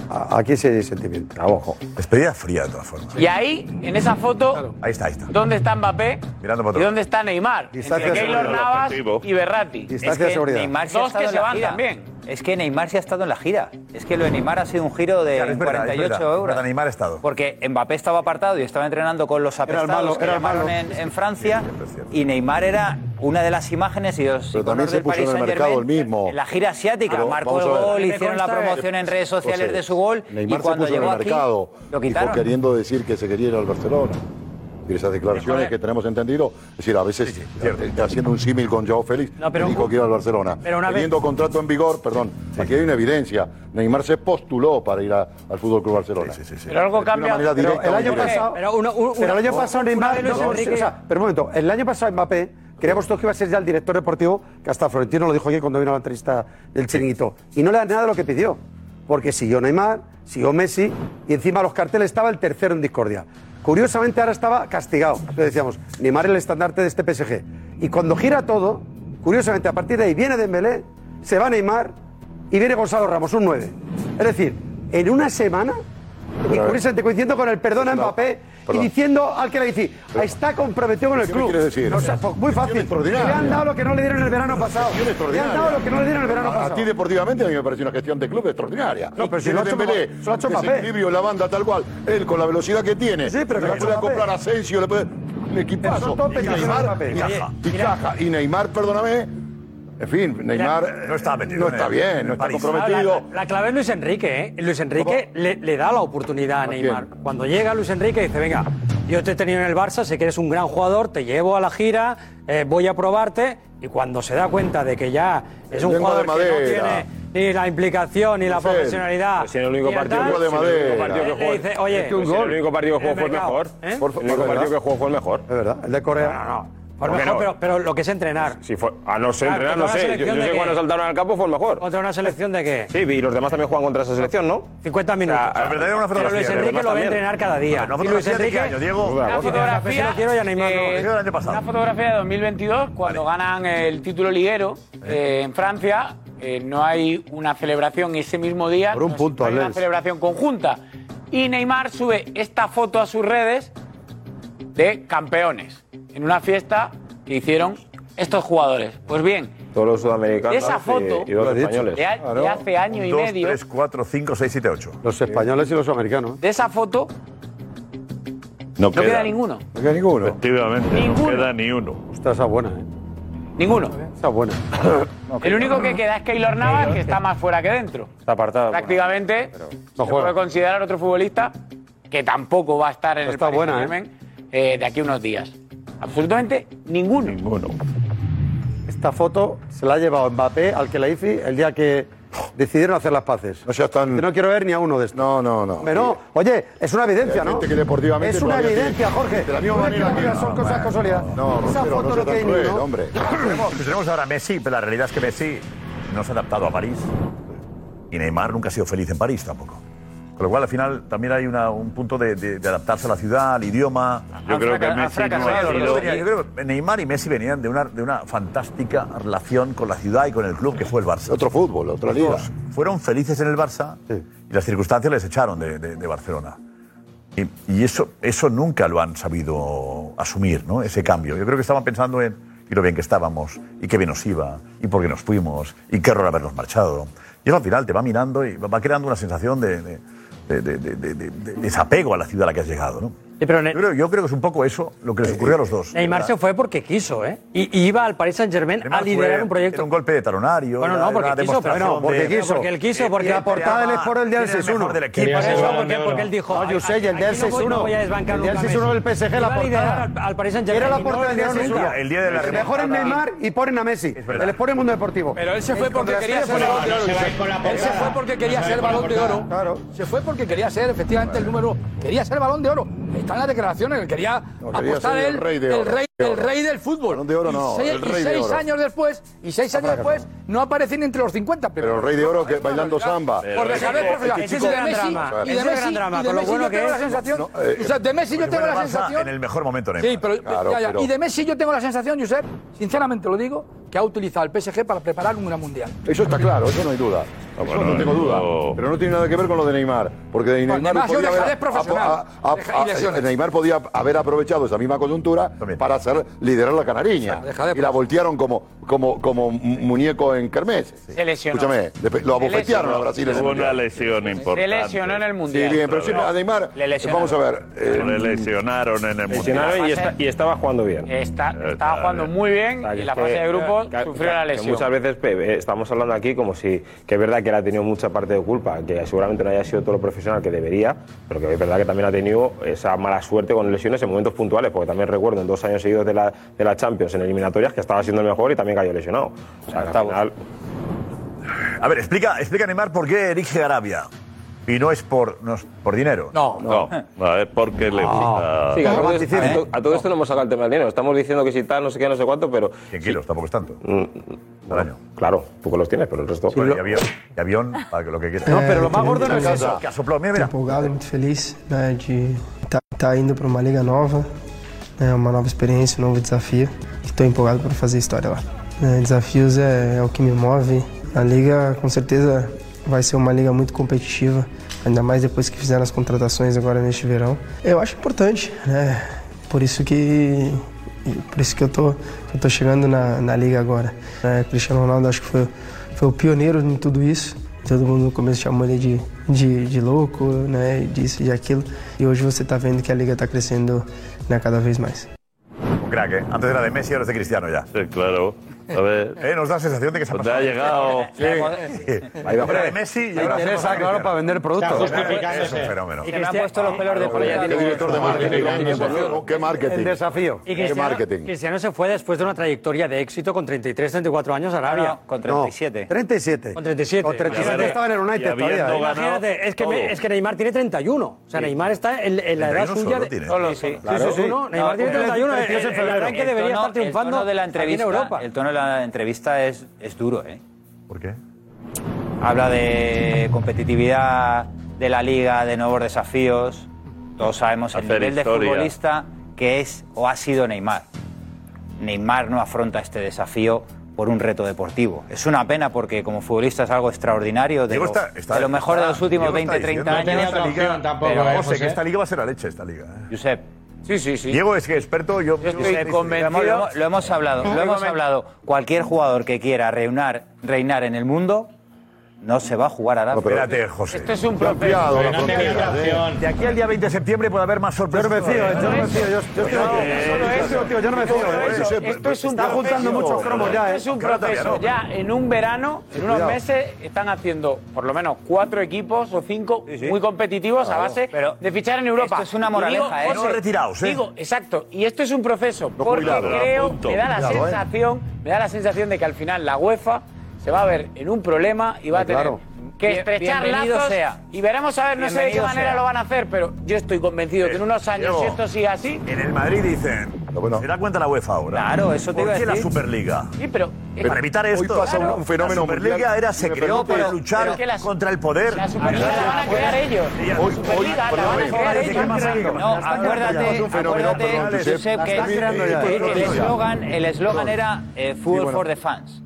S11: a- Aquí sí hay sentimiento.
S3: Trabajo. Despedida fría, de todas formas.
S8: y ahí, en esa foto,
S3: Ahí está, ahí está.
S8: ¿dónde está Mbappé?
S3: Mirando para
S8: ¿Y
S3: atrás.
S8: dónde está Neymar?
S3: Distancia
S8: Entre
S3: de
S8: Keylor
S3: seguridad.
S8: Navas y Berratti.
S9: Es que Neymar sí ha
S8: Dos
S9: estado
S8: que
S9: en
S8: se
S9: la
S8: van
S9: gira.
S8: también.
S9: Es que Neymar sí ha estado en la gira. Es que lo de Neymar ha sido un giro de
S3: Claro, es verdad, es
S9: 48
S3: verdad, es
S9: euros.
S3: verdad, Neymar ha estado.
S9: Porque Mbappé estaba apartado y estaba entrenando con los
S3: el
S9: apestados
S3: malo,
S9: que
S3: era el
S9: llamaron
S3: malo.
S9: En, en Francia. Y Neymar era una de las imágenes y los
S10: Pero también
S9: iconos
S10: se
S9: del
S10: puso
S9: Paris
S10: en el mercado el
S9: Saint-Germain
S10: mismo.
S9: en la gira asiática.
S10: Pero
S9: Marcó
S10: vamos
S9: el
S10: a ver.
S9: gol,
S10: Me
S9: hicieron la
S10: consta que-
S9: promoción en redes sociales
S10: José,
S9: de su gol.
S10: Neymar
S9: y cuando
S10: se puso
S9: llegó
S10: en el
S9: aquí,
S10: mercado
S9: lo
S10: dijo,
S9: quitaron.
S10: queriendo decir que se quería ir al Barcelona. Y esas declaraciones que tenemos entendido, es decir, a veces eh, haciendo un símil con Joao Félix, dijo que iba al Barcelona.
S12: pero una vez-
S10: Teniendo contrato en vigor, perdón, aquí hay una evidencia. Neymar se postuló para ir a- al Fútbol Club Barcelona.
S8: Pero algo
S10: De una
S8: cambia.
S10: manera
S11: Pero
S10: directa
S11: el
S10: o
S11: año
S10: indirecta.
S11: pasado. Pero, el año pasado Neymar. no, no, o sea, pero un momento, el año pasado Mbappé, creíamos todos que iba a ser ya el director deportivo, que hasta Florentino lo dijo ayer cuando vino a la entrevista del chiringuito. Y no le da nada de lo que pidió. Porque siguió Neymar, siguió Messi, y encima los carteles estaba el tercero en discordia. Curiosamente ahora estaba castigado. Le decíamos, Neymar es el estandarte de este PSG. Y cuando gira todo, curiosamente a partir de ahí viene Dembélé, se va Neymar y viene Gonzalo Ramos, un 9. Es decir, en una semana y
S10: Pero a ver.
S11: curiosamente coincidiendo con el perdón a
S10: No,
S11: Mbappé
S10: perdón.
S11: y diciendo al que le dice, está comprometido con el
S10: ¿Qué
S11: club.
S10: me quieres decir?
S11: O sea, pues, muy fácil. Le
S10: extraordinaria.
S11: han dado lo que no le dieron el verano pasado.
S10: Gestión
S11: Le
S10: extraordinaria.
S11: han dado lo que no le dieron el verano
S10: A- A ti
S11: pasado.
S10: deportivamente a mí me parece una gestión de club extraordinaria.
S11: No, pero si
S10: Tiene
S11: lo ha hecho
S10: Dembélé,
S11: Mbappé, se lo ha hecho Mbappé.
S10: desequilibrio en la banda tal cual. Él con la velocidad que tiene.
S11: Sí, pero que
S10: le
S11: lo ha hecho
S10: puede
S11: Mbappé.
S10: acoplar a Asensio, le puede un equipazo.
S11: son todos
S10: Y
S11: peticiones de
S10: Neymar,
S11: Mbappé.
S10: y caja, y caja. Y Neymar, perdóname. En fin, Neymar no está,
S3: metido
S10: no
S3: en
S10: está
S3: el-
S10: bien,
S3: en
S10: no está
S3: París.
S10: comprometido.
S12: La, la clave es Luis Enrique, ¿eh? Luis Enrique le, le da la oportunidad a Neymar. Cuando llega Luis Enrique dice, venga, yo te he tenido en el Barça, sé que eres un gran jugador, te llevo a la gira, eh, voy a probarte. Y cuando se da cuenta de que ya es un
S10: Lengua de
S12: jugador que no
S10: madera.
S12: tiene ni la implicación, ni la
S10: Marcel,
S12: profesionalidad...
S13: Pues si en el único
S12: ni
S13: partido,
S12: tal,
S13: si en el único partido que
S12: le- le
S13: jugó.
S12: dice, oye,
S13: es que un
S12: pues si
S13: gol.
S12: en
S13: el único partido que jugó
S12: el
S13: fue el
S12: mercado,
S13: mejor.
S12: ¿eh?
S13: Por fa- El único partido que jugó fue el mejor.
S11: Es verdad, el de Corea.
S13: No, no.
S12: Fue el
S13: ¿Por qué no?
S12: mejor, pero, pero lo que es entrenar.
S13: Si fue, a no ser,
S12: Ah,
S13: entrenar,
S12: contra
S13: Pues no
S12: una
S13: sé. Yo,
S12: selección
S13: yo
S12: de
S13: sé
S12: qué.
S13: cuando saltaron al campo fue el mejor.
S12: ¿Contra una selección de qué?
S13: Sí, y los demás también juegan contra esa selección, ¿no?
S12: 50 minutos.
S13: O sea,
S12: La verdad era una
S13: pero
S12: fotografía,
S13: Luis
S12: ¿no?
S13: Enrique
S12: Además
S13: lo ve
S12: también.
S13: entrenar cada día.
S12: Una
S13: Y Luis
S12: fotografía de
S13: Enrique-
S12: qué año, Diego?
S13: Una
S8: La fotografía,
S12: Lo quiero y a Neymar no.
S8: eh,
S12: Eso era el año pasado.
S8: Una fotografía de 2022, cuando ganan el título liguero eh, en Francia, eh, no hay una celebración ese mismo día.
S11: Por un
S8: no es-
S11: punto,
S8: no hay una
S11: Alex.
S8: celebración conjunta. Y Neymar sube esta foto a sus redes de campeones en una fiesta que hicieron estos jugadores. Pues bien,
S13: Todos los sudamericanos
S8: Esa
S13: y-
S8: foto-
S13: y, dos
S8: Lo he dicho.
S13: españoles.
S8: de, a- de hace año y medio,
S3: 3, 4, 5, 6, 7, 8.
S11: Los españoles y los americanos. ¿eh?
S8: de esa foto
S6: No
S8: no queda, ninguno.
S11: No queda ninguno.
S6: Efectivamente,
S8: Ninguno.
S6: no queda ni uno.
S11: Está esa buena, ¿eh?
S8: Ninguno.
S11: Esa buena.
S8: El único que queda es Keylor Navas, que está más fuera que dentro.
S13: Está apartado.
S8: prácticamente se
S11: juega.
S8: puede considerar otro futbolista que tampoco va a estar en
S11: Está
S8: el Paris
S11: buena,
S8: Saint-Germain, eh, de aquí a unos días. Absolutamente ninguno.
S11: Esta foto se la ha llevado Mbappé al que la hice el día que decidieron hacer las paces. No no quiero ver ni a uno de estos.
S10: No, no, no.
S11: Hombre, no. Oye, es una evidencia, ¿no?
S10: Gente que deportivamente
S11: es una
S10: todavía
S11: evidencia,
S10: tiene-
S11: Jorge.
S10: De la misma
S11: Tú ves que
S10: manera que-
S11: ahora son
S10: No,
S11: cosas
S10: bueno.
S11: casualidad.
S10: No,
S11: Esa
S10: Rosero,
S11: foto
S10: no
S11: no
S10: sea tan
S11: tiene ni
S10: cruel,
S11: uno.
S10: hombre.
S3: Tenemos, tenemos ahora a Messi, pero la realidad es que Messi no se ha adaptado a París. Y Neymar nunca ha sido feliz en París tampoco. Con lo cual, al final, también hay una- un punto de, de- de adaptarse a la ciudad, al idioma.
S6: Yo creo que Messi no ha sido-
S3: Yo creo que Neymar y Messi venían de una, de una fantástica relación con la ciudad y con el club que fue el Barça.
S10: Otro fútbol, otra
S3: Los
S10: liga.
S3: dos Fueron felices en el Barça y las circunstancias les echaron de, de- de Barcelona. Y, y eso, eso nunca lo han sabido asumir, ¿no? Ese cambio. Yo creo que estaban pensando en y lo bien que estábamos, y qué bien nos iba, y por qué nos fuimos, y qué error habernos marchado. Y eso al final te va mirando y va creando una sensación de, de- de- de- de- de- de- de desapego a la ciudad a la que has llegado, ¿no? yo, creo, yo creo que es un poco eso lo que les ocurrió a los dos.
S12: [LAUGHS] Neymar se fue porque quiso, ¿eh? Y, y iba al Paris Saint Germain a liderar un proyecto.
S3: un golpe de talonario.
S12: Bueno,
S3: era-
S12: no, porque
S3: era una
S12: quiso, pero
S3: demostración
S12: no, porque
S3: de-
S12: quiso. Porque él quiso, porque la portada del Sport el día del
S3: ¿Quién era el
S12: 6-1.
S3: mejor del equipo?
S12: Por
S3: Quería
S12: eso,
S3: ser
S12: porque,
S3: balón de
S12: porque
S3: oro.
S12: él dijo.
S3: No, yo sé,
S11: y el del
S12: aquí no voy-
S11: 6-1
S12: no voy a desbancar
S11: el del
S12: nunca a
S11: 6-1
S12: Messi.
S11: del PSG, la
S12: Iba a liderar
S11: portada.
S12: Al, al Paris Saint Germain.
S11: Era la
S12: y
S11: puerta
S12: no
S11: del
S12: lo
S11: día
S12: lideró nunca.
S3: El día de la
S11: Se mejor en Neymar y ponen a Messi. El Sport en Mundo Deportivo.
S14: Pero él se fue
S11: Es
S14: porque
S11: contra
S14: quería
S11: las
S14: ser
S11: tres,
S14: balón
S11: claro,
S14: de oro.
S11: se va
S14: Él se fue porque quería ser balón de oro. Se fue porque quería ser efectivamente el número. Quería ser balón de oro. Están las declaraciones, que quería
S10: No, quería
S14: apostar
S10: ser
S14: él,
S10: el rey de oro,
S14: el, rey,
S10: de oro.
S14: el rey del fútbol.
S10: Balón de oro
S14: Y
S10: no,
S14: seis-
S10: el
S14: y
S10: rey de
S14: seis
S10: oro.
S14: años después, y seis años después, no aparecen entre los 50
S10: Pero el rey de oro que bailando samba.
S14: por dejadme profesional.
S10: Este
S14: Y
S10: chico-
S14: de Messi, y de
S12: Ese
S14: Messi,
S12: gran drama,
S14: y de
S12: con lo
S14: Messi
S12: bueno
S14: yo
S12: que
S14: tengo la
S12: es.
S14: sensación.
S12: No, eh,
S14: o sea, de Messi yo
S3: Porque fue
S14: tengo la
S3: el Barça
S14: sensación.
S3: En el mejor momento, Neymar.
S14: Sí, pero,
S3: Claro,
S14: ya, ya.
S3: pero-
S14: Y de Messi yo tengo la sensación, Josep, sinceramente lo digo, que ha utilizado el PSG para preparar una mundial.
S10: Eso está claro, eso no hay duda.
S3: Ah,
S10: Eso no tengo duda. Pero no tiene nada que ver con lo de Neymar. Porque de Neymar,
S14: Neymar ha sido
S10: podía haber,
S14: dejadez profesional.
S10: a- a-
S14: Deja-
S10: a- eh,
S14: y lesiones.
S10: Neymar podía haber aprovechado esa misma coyuntura para hacer liderar la canariña. y la voltearon como, como, como mu- muñeco en Kermés.
S8: Se lesionó.
S10: Escúchame, le- lo
S8: Se
S10: abofetearon
S8: lesionó.
S10: a Brasil en el
S6: Hubo
S10: Mundial.
S6: una lesión importante.
S8: lesionó en el Mundial.
S10: Sí, bien, pero
S8: Otra
S10: siempre
S8: vez.
S10: a Neymar.
S8: Le lesionaron.
S10: Vamos a ver. eh,
S6: Le lesionaron en el
S13: Lesionaron y, está- y estaba jugando bien.
S8: Está, estaba jugando muy bien
S13: sea, que
S8: y la
S13: es que-
S8: fase de grupo
S13: que-
S8: sufrió la
S13: que
S8: lesión.
S13: Muchas veces pe- eh, estamos hablando aquí como si, que es verdad que él ha tenido mucha parte de culpa, que seguramente no haya sido todo lo profesional que debería, pero que es verdad que también ha tenido esa mala suerte con lesiones en momentos puntuales, porque también recuerdo en dos años seguidos de la, de la Champions en eliminatorias que estaba siendo el mejor y también cayó lesionado. O sea, que al final,
S3: A ver, explica, explica Neymar por qué elige Arabia. Y no es por, no es por dinero.
S14: No,
S6: No, no, es porque le gusta. Ah.
S13: Sí, a, todo, esto- a to- a todo esto no hemos sacado el tema del dinero. Estamos diciendo que si tal, no sé qué, no sé cuánto, pero. 100
S3: kilos, tampoco es tanto. mm,
S13: Claro, tú que los tienes, pero el resto.
S3: Bueno, eh, y avión, y avión, para que lo que quieras.
S13: No, pero lo más gordo
S3: no es eso, que ha soplado. Mira, mira.
S18: empolgado, muito feliz né, de estar indo para uma liga nova, né, uma nova experiência, um novo desafio. Estou empolgado para fazer história lá. Né, desafios é, é o que me move. A liga, com certeza, vai ser uma liga muito competitiva, ainda mais depois que fizeram as contratações agora neste verão. Eu acho importante, né? Por isso que e por isso que eu tô, eu tô chegando na, na liga agora. É, Cristiano Ronaldo acho que foi, foi o pioneiro em tudo isso. Todo mundo no começo chamou ele de, de, de louco, né? Disso e aquilo. E hoje você tá vendo que a liga tá crescendo né, cada vez mais.
S3: Un crack, ¿eh? Antes era de Messi, ahora es de Cristiano ya.
S6: Sí, claro. A ver.
S3: Eh, nos da la sensación de que se ha
S6: Te
S3: pasado.
S6: ha llegado.
S3: Sí. Era de Messi y
S11: Le
S3: ahora
S11: interesa, claro,
S3: se pasa a Cristiano.
S11: para vender productos. Está justificándose.
S3: Es un fenómeno.
S11: Y que me
S12: este
S11: han puesto
S12: Ah,
S11: los pelos de punta.
S10: Qué director de marketing. Qué
S11: El
S10: marketing.
S11: desafío.
S10: Qué marketing.
S12: Cristiano se fue después de una trayectoria de éxito con 33, 34 años a Arabia.
S11: No, con 37. 37.
S12: Con 37.
S11: Con 37 estaba en el United
S12: Y
S11: todavía,
S12: habiendo
S11: ¿eh?
S12: ganado Imagínate, es que,
S11: todo.
S12: me- es que Neymar tiene 31. O sea, Neymar está en, en la edad
S11: 31
S12: suya.
S11: solo
S12: de-
S11: tiene.
S12: Solo, sí. Sí, sí, sí. No, Neymar tiene 31. El, el, el arranque debería estar triunfando
S9: el tono de la
S12: aquí en
S9: entrevista,
S12: Europa.
S9: El tono de la entrevista es, es duro, ¿eh?
S3: ¿Por qué?
S9: Habla de competitividad de la liga, de nuevos desafíos. Todos sabemos el
S6: Hacer
S9: nivel
S6: historia.
S9: de futbolista que es o ha sido Neymar. Neymar no afronta este desafío por un reto deportivo. Es una pena porque como futbolista es algo extraordinario, de,
S3: Diego
S9: lo,
S3: está- está-
S9: de lo mejor de los
S3: está-
S9: últimos
S3: Diego está
S9: 20, 30
S3: diciendo que
S9: años.
S3: esta liga-
S9: pero
S3: ¿eh, José,
S9: José,
S3: que esta liga va a ser la leche, esta liga. ¿eh?
S9: Josep. Sí, sí, sí.
S3: Diego es que experto, yo... yo-
S9: Josep, Lo hemos, lo hemos hablado, lo hemos hablado. Cualquier jugador que quiera reinar, reinar en el mundo no se va a jugar a Arabia.
S3: Espérate, José. De aquí al día 20 de septiembre puede haber más sorpresas.
S11: Yo no me fío, yo no me fío. Yo, yo estoy-
S8: Solo eso,
S11: tío, yo no me fío. ¿eh?
S8: Esto es un
S11: Está juntando muchos cromos ya, ¿eh?
S8: Esto es un
S11: Claro, todavía
S8: proceso.
S11: no.
S8: Ya en un verano, en unos
S11: Cuidado.
S8: meses, están haciendo por lo menos cuatro equipos o cinco muy competitivos
S9: Claro.
S8: a base de fichar en Europa.
S9: esto es una
S8: Y digo,
S9: moraleja, ¿eh?
S8: José,
S9: No retirados, ¿eh?
S8: Digo, exacto. Y esto es un proceso.
S9: No
S8: porque
S9: jubilados.
S8: creo,
S9: Punto.
S8: me da la
S9: Cuidado, ¿eh?
S8: sensación, me da la sensación de que al final la UEFA se va a ver en un problema y va a tener
S9: Claro.
S8: que
S9: Bien-
S8: estrechar
S9: bienvenido
S8: lazos
S9: sea.
S8: y veremos a ver, no sé de qué
S9: Bienvenido
S8: manera
S9: sea.
S8: lo van a hacer, pero yo estoy convencido que en unos años,
S3: Diego,
S8: si esto sigue así,
S3: En el Madrid dicen, se da cuenta la UEFA ahora.
S8: Claro, eso te
S3: ¿Por
S8: iba a
S3: qué
S8: decir.
S3: la Superliga?
S8: Sí, pero.
S3: Para evitar esto,
S8: Hoy pasa un-
S3: Claro.
S8: un fenómeno
S3: la Superliga
S8: mundial.
S3: era,
S8: Si
S3: se
S8: me
S3: creó
S8: permite,
S3: para
S8: pero-
S3: luchar
S8: pero que la-
S3: contra el poder.
S8: La Superliga la van a crear ellos. La Superliga la van a crear ellos.
S9: No, acuérdate, acuérdate, Josep, que el- el- el eslogan el eslogan era eh,
S3: Sí,
S9: Fútbol
S3: bueno.
S9: for the fans.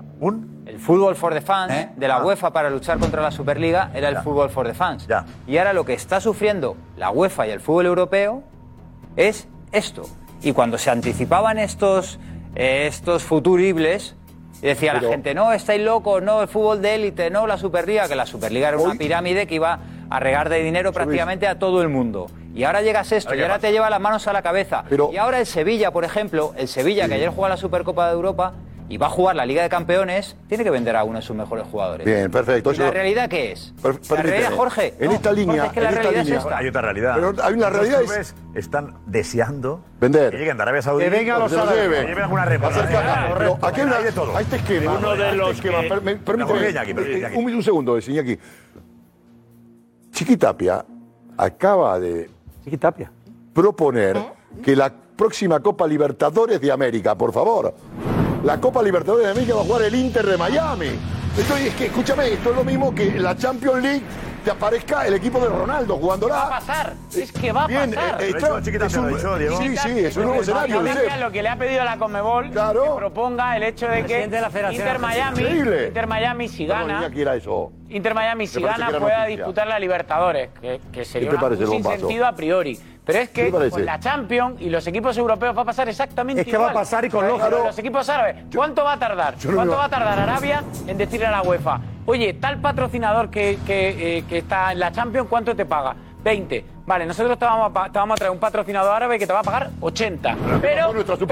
S9: El fútbol for the fans de la UEFA para luchar contra la Superliga era el fútbol for the fans. Y ahora lo que está sufriendo la UEFA y el fútbol europeo es esto. Y cuando se anticipaban estos, eh, estos futuribles, decía la
S7: Pero-
S9: gente, no, estáis locos, no, el fútbol de élite, no, la Superliga, que la Superliga era una pirámide que iba a regar de dinero prácticamente a todo el mundo. Y ahora llegas a esto,
S7: Ahora,
S9: y
S7: ¿qué
S9: ahora
S7: pasa?
S9: te lleva las manos a la cabeza. y ahora el Sevilla, por ejemplo, el Sevilla que ayer juega la Supercopa de Europa y va a jugar la Liga de Campeones, tiene que vender a uno de sus mejores jugadores.
S10: Bien, perfecto.
S9: ¿Y ¿La
S10: Eso-
S9: realidad qué es?
S10: Per-
S9: la
S10: permíteme.
S9: realidad, Jorge.
S10: En
S9: no,
S10: esta
S9: Jorge,
S10: línea,
S9: es que la
S10: en esta
S9: realidad es
S10: línea.
S9: esta.
S3: Hay otra realidad.
S10: Pero hay una
S3: Los
S10: realidad, es-
S3: clubes están deseando
S10: Vender.
S3: que lleguen de Arabia Saudí.
S10: Que vengan los
S3: que se
S10: árabes.
S3: que lleven alguna reforma.
S10: Hacer caja.
S3: Ah,
S10: Pero aquí hay una-
S3: hay de todo.
S10: hay este esquema.
S3: Uno de
S10: Hay este
S3: los
S10: esquema.
S3: que-
S10: Per- me-
S3: Pero
S10: permíteme.
S3: Jorge, Iñaki, pero
S10: Eh,
S3: Iñaki.
S10: Un, un segundo, eh, Iñaki. Chiquitapia acaba de.
S11: Chiquitapia.
S10: proponer
S8: ¿Eh?
S10: que la próxima Copa Libertadores de América, por favor, la Copa Libertadores de América va a jugar el Inter de Miami. Esto es que, escúchame, esto es lo mismo que la Champions League te aparezca el equipo de Ronaldo jugándola.
S8: Va a pasar, es que va a
S10: Bien,
S8: pasar.
S10: eh, eh, está- Lo ha hecho Chiquita, es un- lo ha hecho, Diego. sí, sí, es un nuevo escenario,
S8: Valencia
S10: Josep.
S8: Lo que le ha pedido a la Conmebol que proponga el hecho de que
S10: Presidente de la Federación
S8: Inter Miami,
S10: Increíble.
S8: Inter Miami si
S10: Yo no
S8: gana,
S10: sabía que era eso.
S8: Inter Miami si
S10: Me parece
S8: gana
S10: que era
S8: pueda
S10: noticia.
S8: disputar la Libertadores, que, que sería
S10: te
S8: una-
S10: parece,
S8: un
S10: bombazo?
S8: sinsentido a priori. Pero es
S10: ¿Qué
S8: que
S10: te parece?
S8: con la Champions y los equipos europeos va a pasar exactamente
S11: Es que va a
S8: igual.
S11: pasar y con
S8: Pero
S11: lógica.
S8: Los equipos árabes, ¿cuánto va a tardar?
S11: yo no
S8: ¿Cuánto
S11: veo-
S8: va a tardar Arabia en decirle a la UEFA? Oye, tal patrocinador que, que, eh, que está en la Champions, ¿cuánto te paga? 20. Vale, nosotros te vamos, a, pa- te vamos a traer un patrocinador árabe que te va a pagar 80. Pero, pero,
S3: ¿Qué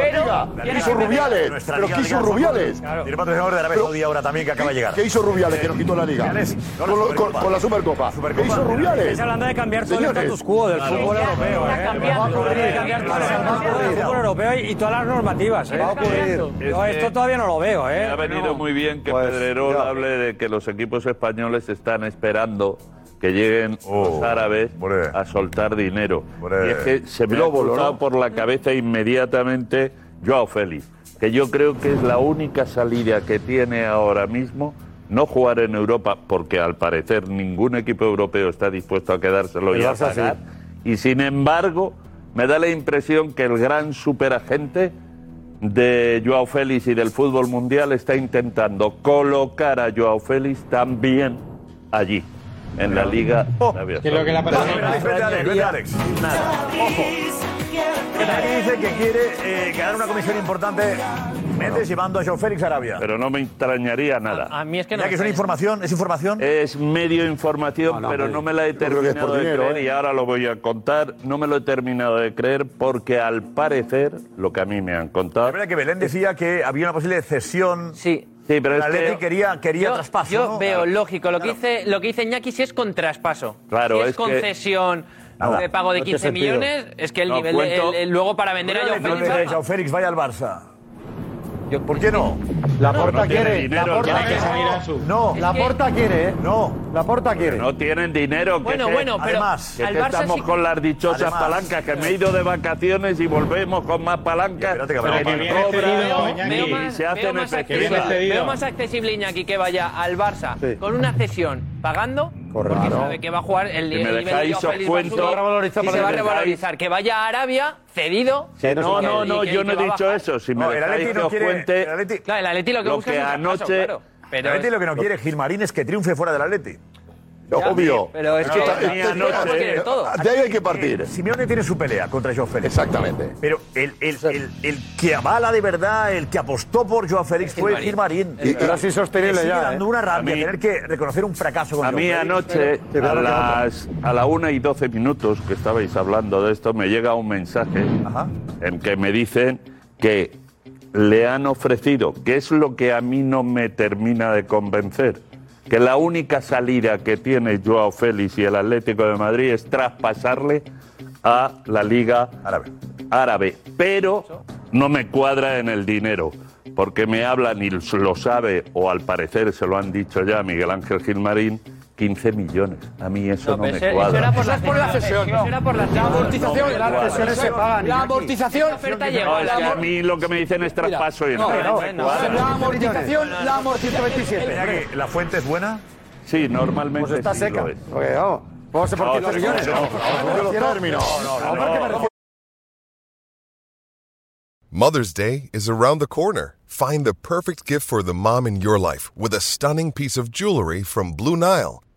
S8: tiene
S10: hizo
S8: que-
S10: Rubiales? ¿Pero qué hizo Rubiales?
S3: Tiene patrocinador de Arabia
S10: Pero-
S3: Saudí ahora también que acaba de llegar.
S10: ¿Qué hizo Rubiales que nos quitó la liga?
S3: Rubiales,
S10: Con, lo- con- con la Supercopa. ¿Qué hizo Rubiales?
S12: Estáis hablando de cambiar todo
S10: Señores.
S12: el status quo del fútbol europeo, ¿eh? De cambiar todo el status quo del fútbol europeo y y todas las normativas, ¿eh?
S6: Va a ocurrir.
S12: Yo
S11: Este,
S12: esto todavía no lo veo,
S6: Me
S12: ¿eh?
S6: ha venido
S12: No.
S6: muy bien
S10: Pues,
S6: que Pedrerol hable de que los equipos españoles están esperando que lleguen
S10: Oh,
S6: los árabes a soltar dinero. Y es que se me ha
S3: Lóbulo,
S6: cruzado
S3: ¿no?
S6: por la cabeza inmediatamente Joao Félix, que yo creo que es la única salida que tiene ahora mismo no jugar en Europa, porque al parecer ningún equipo europeo está dispuesto a quedárselo
S3: El
S6: y a
S3: Barça sí.
S6: pagar. Y sin embargo, me da la impresión que el gran superagente de Joao Félix y del fútbol mundial está intentando colocar a Joao Félix también allí, en la Liga Arabia
S3: Oh, que lo que le ha pasado-
S6: Saudí.
S3: Vete, Alex, vete, Alex. Aquí dice que quiere eh, ganar una comisión importante meses llevando a Joe Félix a Arabia.
S6: Pero no me extrañaría nada.
S3: A- a mí es que no Ya me que es una extraña. ¿Es información?
S6: Es medio información, pero
S3: medio.
S6: no me la he
S3: Yo creo que es por
S6: terminado de
S3: dinero,
S6: creer
S3: ¿eh?
S6: y ahora lo voy a contar. No me lo he terminado de creer porque al parecer, lo que a mí me han contado...
S3: Es verdad que Belén decía que había una posible cesión.
S6: Sí. Sí, pero
S3: La
S6: es que-
S3: Leti quería, quería
S7: yo,
S3: traspaso.
S7: yo
S3: ¿no?
S7: veo lógico. Lo que dice, lo que dice Iñaki si es con traspaso.
S6: Claro,
S7: si
S6: es
S7: es
S6: que-
S7: concesión
S3: Nada,
S7: de pago de
S3: no tiene
S7: 15
S3: sentido.
S7: millones, es que el
S3: No,
S7: nivel
S3: cuento-
S7: de- el- el- luego para vender a Joao
S3: Entonces,
S7: Félix baja.
S3: Joao Félix vaya al Barça. ¿Por qué no?
S11: La porta quiere. la porta
S3: Laporta
S11: quiere.
S3: No,
S11: la porta quiere, ¿eh?
S3: No,
S11: la porta quiere.
S6: No tienen dinero. Que
S11: Bueno,
S6: te-
S11: bueno, pero
S6: Además, que
S11: al
S6: te
S11: Barça
S6: estamos
S11: sí-
S6: con las dichosas
S11: Además.
S6: palancas, que me he ido de vacaciones y volvemos con más palancas. que
S3: cabrón.
S6: ni
S3: Que viene
S6: cobran,
S3: cedido,
S6: ni
S3: Iñaki.
S6: se
S7: Veo
S6: hacen
S7: más,
S6: efectivas.
S7: accesible, veo más accesible Iñaki que vaya al Barça
S6: Sí.
S7: con una cesión pagando porque sabe que va a jugar el,
S6: Si
S7: el
S6: me
S7: nivel de
S6: dejáis
S7: Joao
S6: os
S7: Félix va a
S6: cuento-
S7: subir
S6: Se va a revalorizar
S7: y
S6: para
S7: se va a
S6: que
S7: revalorizar que vaya a Arabia cedido
S6: Sí, no, no, no, yo no he dicho eso. Si me
S3: No, el
S6: dejáis
S3: Atleti
S6: que
S3: no
S6: os
S3: quiere-
S6: cuente
S3: el Atleti-
S7: Claro, el Atleti lo que busca es un traspaso,
S6: anoche...
S7: claro. Pero
S3: el Atleti
S7: es-
S3: lo que no quiere Gilmarín es que triunfe fuera del Atleti.
S10: Ya, Obvio.
S7: pero es que-
S3: Está-
S7: Ni
S3: está-
S7: anoche.
S3: está-
S7: Quiere todo.
S10: De ahí hay que partir.
S3: Simeone tiene su pelea contra Joao Félix.
S10: Exactamente.
S3: Pero el, el, el, el que avala de verdad, el que apostó por Joao Félix fue Gilmarín.
S11: Y- Pero así sostenible
S3: Me sigue
S11: ya, ¿eh?
S3: dando una rabia
S6: A mí-
S3: tener que reconocer un fracaso con
S6: A
S3: Joao
S6: mí
S3: Félix.
S6: anoche,
S3: Sí,
S6: a,
S3: claro que no.
S6: las, a la 1 y 12 minutos que estabais hablando de esto, me llega un mensaje en que me dicen que le han ofrecido, que es lo que a mí no me termina de convencer, que la única salida que tiene Joao Félix y el Atlético de Madrid es traspasarle a la Liga Árabe. Árabe. Pero no me cuadra en el dinero, porque me hablan y lo sabe, o al parecer se lo han dicho ya Miguel Ángel Gilmarín, 15 millones. A mí eso no,
S7: pero
S6: me
S7: pues, eh, eso- eso
S6: cuadra.
S7: era por la
S14: Por la cesión.
S7: Eso era por la
S14: La
S6: No,
S14: amortización.
S6: no,
S14: las
S6: no,
S14: cesiones
S6: no,
S14: se pagan. La
S7: La
S14: amortización.
S7: oferta
S6: No,
S7: llegó.
S6: es que a mí lo que me dicen es traspaso y
S14: no,
S6: nada,
S14: no,
S6: me
S14: no,
S6: cuadra.
S14: la amortización, la amortización.
S3: Iñaki, ¿La fuente es buena?
S6: Sí, normalmente
S3: Pues está
S6: sí
S3: seca.
S6: lo es.
S11: Porque vamos, vamos a por
S6: No,
S11: 15
S6: no,
S11: millones.
S6: no, no,
S11: Yo quiero-
S3: no,
S11: Aparte me refiero-
S19: Mother's Day is around the corner. Find the perfect gift for the mom in your life with a stunning piece of jewelry from Blue Nile.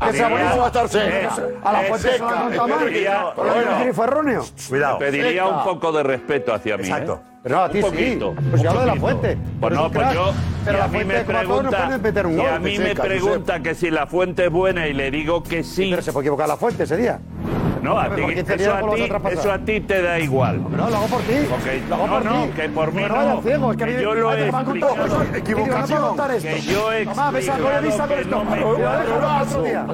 S11: Que sea bonito va a estar
S3: Eh,
S11: seco. A la
S3: eh,
S11: fuente se
S3: seca,
S11: va a montar
S3: eh,
S11: mal.
S3: sería-
S11: Pero bueno, ¿quién fue erróneo?
S3: Cuidado.
S6: Te diría
S11: Seca.
S6: un poco de respeto hacia mí.
S3: Exacto.
S6: ¿eh?
S11: Pero no, a ti
S6: un
S11: sí.
S6: poquito.
S11: Pues
S6: un
S11: yo hablo de la
S6: poquito.
S11: Fuente.
S6: Pues
S11: Pero
S6: no,
S11: es un
S6: pues
S11: crack.
S6: yo.
S11: Pero
S6: si
S11: la
S6: a mí
S11: Fuente,
S6: me
S11: como a todos, no
S6: pregunta.
S11: puedes meter un
S6: si
S11: gol,
S6: a
S11: te
S6: mí me
S11: seca, Josep.
S6: pregunta que si la fuente es buena y le digo que sí.
S11: Pero se puede equivocar la fuente ese día.
S6: No, a ti,
S11: Porque te
S6: eso,
S11: lío
S6: a
S11: con los
S6: ti,
S11: otros pasados.
S6: eso a ti te da igual.
S11: No, lo hago por ti.
S6: Porque-
S11: Lo hago
S6: no,
S11: por
S6: no,
S11: ti.
S6: que por mí
S11: Pero no
S6: no.
S11: vayas ciego, es que a
S6: que
S11: mí-
S6: yo lo
S11: a mí
S6: he
S11: me van con todo.
S6: explicado.
S11: Ojo,
S6: Que
S11: equivocación.
S6: yo he
S11: Mamá, ves a
S6: explicado
S11: Goyavista con
S6: que
S11: esto.
S6: no me
S11: Ojo,
S6: cuadra.
S11: ojo, otro día.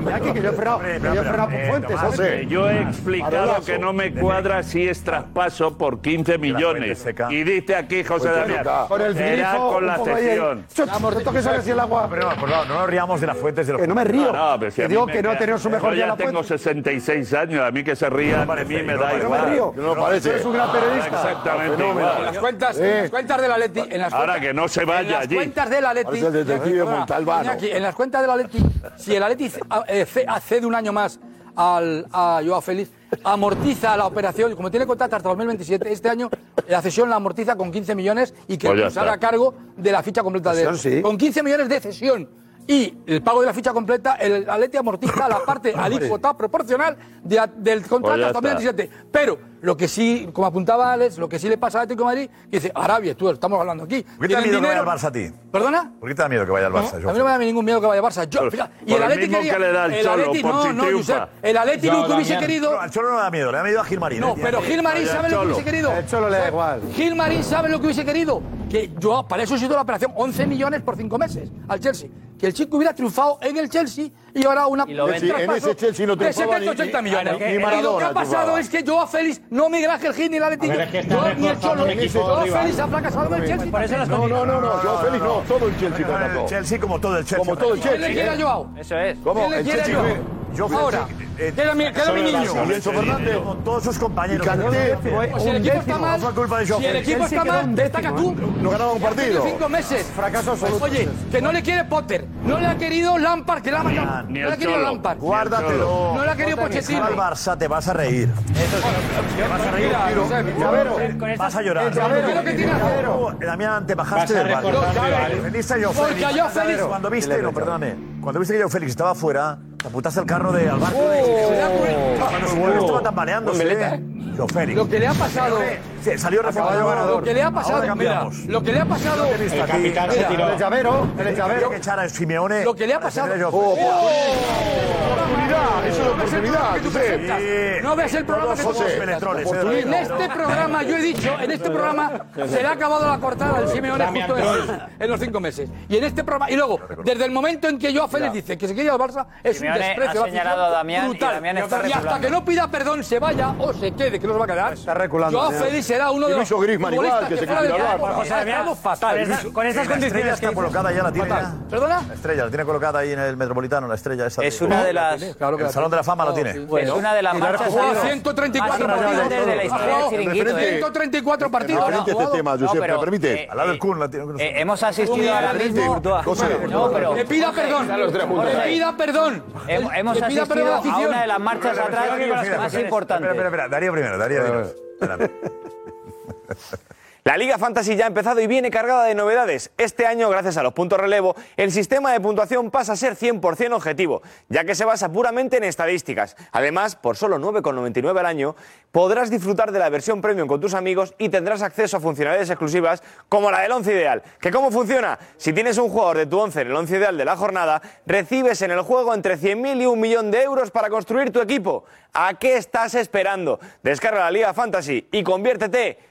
S11: Iñaki, que yo he frenado-
S6: Hombre,
S11: que
S6: espera,
S11: yo he frenado
S6: espera,
S11: por
S6: eh,
S11: Fuentes,
S6: Tomás,
S11: José.
S6: que Yo he explicado
S11: Parolazo.
S6: que no me cuadra si es traspaso por 15 millones. Y dice aquí José
S3: Pues ya
S6: Damián,
S3: está. Con el
S6: será
S3: grifo,
S6: con
S3: un
S6: la
S3: poco ahí,
S6: cesión.
S3: chuch, no toques ahora así el agua.
S11: Pero no,
S3: pues no, no nos riamos de las fuentes de los
S11: Que no me río.
S6: No, pero si
S11: Que
S6: a mí
S11: digo
S6: me
S11: que no ha
S6: queda-
S11: tenido su mejor
S6: yo
S11: día
S6: ya
S11: la
S6: tengo 66 años, a mí que se rían de mí me da
S11: no me
S6: igual.
S11: río.
S6: No
S11: No parece.
S6: parece. Ah,
S11: Eres un gran periodista.
S6: Exactamente
S11: Fenómeno.
S6: igual.
S11: En las
S14: cuentas- en las cuentas del Atleti- en las
S6: Ahora
S14: cuentas-
S6: que no se vaya
S14: en las
S6: allí.
S14: cuentas del Atleti.
S6: Parece el detective
S14: Iñaki, perdona,
S6: Montalbano.
S14: Iñaki, en las cuentas del Atleti, si el Atleti ce- a- eh, ce- accede un año más al, a Joao Félix, amortiza la operación. Como tiene contrato hasta 2027, este año la cesión la amortiza con 15 millones y que
S6: Pues ya
S14: nos haga
S6: está.
S14: cargo de la ficha completa de él.
S6: Cesión, sí.
S14: Con 15 millones de cesión. Y el pago de la ficha completa, el Atleti amortiza la parte alícuota proporcional de a- del
S3: Pues
S14: contrato
S6: ya
S14: hasta
S6: está.
S14: 2027. Pero lo que sí, como apuntaba Alex, lo que sí le pasa al Atlético de Madrid, que dice, Arabia, tú estamos hablando aquí.
S3: ¿Por qué te da miedo que
S14: tienen
S3: vaya al
S14: dinero".
S3: Barça a ti?
S14: ¿Perdona?
S3: ¿Por qué te da miedo que vaya al
S14: No,
S3: Barça?
S14: a mí no me da ningún miedo que vaya al Barça. Yo, fija- y
S3: Por
S14: el
S3: el
S14: Atlético
S3: mismo
S14: quería,
S3: que le da al Cholo
S14: Atleti-
S3: por
S14: no,
S3: si
S14: no,
S3: triunfa.
S14: Josep, el Atleti
S3: No,
S14: no, hubiese
S3: Damián.
S14: querido.
S3: Al Cholo no le da miedo, le da miedo a Gilmarín.
S14: No, pero Gilmarín sabe lo que hubiese querido.
S11: El Cholo le da igual.
S14: Gilmarín sabe lo que hubiese querido. Que yo, para eso se hizo la operación 11 millones por 5 meses al Chelsea. Que el chico hubiera triunfado en el Chelsea y ahora una
S10: Y lo vende.
S14: un traspaso
S10: En ese Chelsea no
S14: de
S10: triunfaba ni-
S14: 70 millones.
S10: ni- ni
S14: y lo que
S10: Maradona
S14: ha pasado
S10: triunfaba.
S14: es que yo a Félix, no Miguel Ángel Gil ni el Atlético,
S10: A ver, es que está
S14: Joao ni el
S10: reforzando
S14: Cholo,
S10: el equipo
S14: Joao
S10: rival.
S14: Félix ha fracasado en el Chelsea.
S10: No, no, no, no, Joao Félix no, todo el Chelsea
S3: El
S10: fracasó.
S3: Chelsea como todo el Chelsea.
S10: Como todo el
S14: ¿Quién
S10: Chelsea.
S14: le quiere a
S10: ¿eh?
S14: Joao?
S3: Eso es.
S10: ¿Cómo?
S14: ¿Quién le
S10: El
S14: quiere a
S10: Chelsea
S14: Joao?
S10: fue- yo fui al
S14: Ahora,
S10: Chelsea, eh,
S14: queda mi queda mi niño.
S3: Y Enzo Fernández. Con todos sus compañeros.
S10: Y Kanté.
S14: Pues si el equipo está mal,
S3: fue culpa de Joao
S14: si el
S3: Félix.
S14: equipo
S3: Chelsea
S14: está
S3: quedó
S14: mal,
S3: un
S14: destaca tú.
S3: décimo, ¿eh?
S10: No ganaba un
S14: Que ha tenido
S10: partido.
S14: cinco meses.
S10: Fracaso absoluto.
S14: Oye, que no le quiere Potter, no le ha querido Lampard, que la ha matado.
S3: Ah, Ni
S14: No le
S3: el
S14: ha querido
S3: Cholo.
S14: Lampard.
S3: Guárdatelo.
S14: No le ha querido
S3: Si
S14: Pochettino.
S3: vas al Barça te vas a reír. Te vas a reír.
S14: Mira, Josep,
S3: Llavero. Vas a llorar.
S14: El llavero.
S3: Llavero.
S14: Creo que tiene
S3: Llavero. Damián, te bajaste
S14: Vas a
S3: del barco.
S14: recordar Los rivales.
S3: Defendiste a Joao
S14: Porque
S3: Félix.
S14: a Joao Félix-
S3: Cuando viste, no, perdóname. Cuando viste que Joao Félix estaba fuera, te apuntaste el carro de al
S14: Oh.
S3: barco. de- Cuando se
S14: bueno.
S3: estaba tambaleándose.
S14: Meleta, ¿eh?
S3: Joao Félix.
S14: Lo que le ha pasado.
S3: Sí, salió reforzado.
S14: Lo que le ha
S3: Ahora
S14: pasado, mira,
S3: cambiamos.
S14: lo que le ha pasado.
S3: Aquí, mira, El llavero, el llavero. que echar a Simeone.
S14: Lo que le ha pasado.
S3: Mira, Joao
S14: Oh,
S3: Félix.
S14: Oportunidad,
S10: eso es oportunidad,
S14: No ves el programa que tú
S10: Josep.
S14: presentas, No ves el programa que tú
S10: Todos somos
S14: presentas.
S10: peletrones,
S14: En
S10: ¿eh?
S14: este programa, yo he dicho, en este programa se le ha acabado la cortada al Simeone
S10: Damián
S14: justo este.
S10: Troll.
S14: en, en los cinco meses. Y en este programa, y luego, desde el momento en que yo a Félix dice que se quiere ir al Barça, es
S9: Simeone
S14: un desprecio a
S9: ha
S14: la afición
S9: señalado a Damián y
S14: brutal.
S9: Damián está
S14: y hasta
S9: reculando.
S14: que no pida perdón, se vaya o se quede, que no se va a quedar. Está
S11: reculando,
S14: Yo a
S11: Damián.
S14: Félix será uno
S11: Y
S14: de
S11: lo
S14: los
S11: hizo Griezmann igual,
S14: futbolistas
S11: que se
S14: fuera
S11: quiere
S14: del
S11: ir al
S14: campo.
S11: Barça.
S14: Ha estado
S11: Con
S14: fatal.
S11: esa- con esas
S3: la estrella
S11: condiciones que
S3: está
S11: dices.
S3: colocada ya la tiene.
S11: Fatal.
S3: ya.
S14: ¿Perdona?
S3: La estrella la tiene colocada ahí en el Metropolitano, la estrella esa.
S9: Es una de las- Claro que
S3: el
S9: la
S3: Salón de la Fama la tiene.
S9: es una de las
S3: Y la
S9: marchas
S3: jugó a
S9: más-
S14: 134
S9: más
S14: partidos.
S9: importantes de la historia del
S14: Ojo,
S9: chiringuito. ¿eh?
S14: 134 partidos.
S9: Referente a este tema, Josep, ¿me permites?
S3: Al lado del Kun la tiene.
S9: Eh, hemos asistido ahora mismo. No, pero. eh,
S14: Que pida perdón. Que pida perdón.
S9: Hem- Hemos
S14: Que pida perdón a
S9: asistido
S14: la
S9: a
S14: afición.
S9: una de las marchas
S3: Espera, espera,
S9: atrás
S3: espera, espera,
S9: más
S3: espera,
S9: importantes.
S3: Espera, espera, espera, Darío primero, Darío. dinos.
S2: La Liga Fantasy ya ha empezado y viene cargada de novedades. Este año, gracias a los puntos relevo, el sistema de puntuación pasa a ser 100% objetivo, ya que se basa puramente en estadísticas. Además, por solo 9,99 al año, podrás disfrutar de la versión premium con tus amigos y tendrás acceso a funcionalidades exclusivas como la del 11 ideal. ¿Que cómo funciona? Si tienes un jugador de tu 11 en el 11 ideal de la jornada, recibes en el juego entre 100.000 y un millón de euros para construir tu equipo. ¿A qué estás esperando? Descarga la Liga Fantasy y conviértete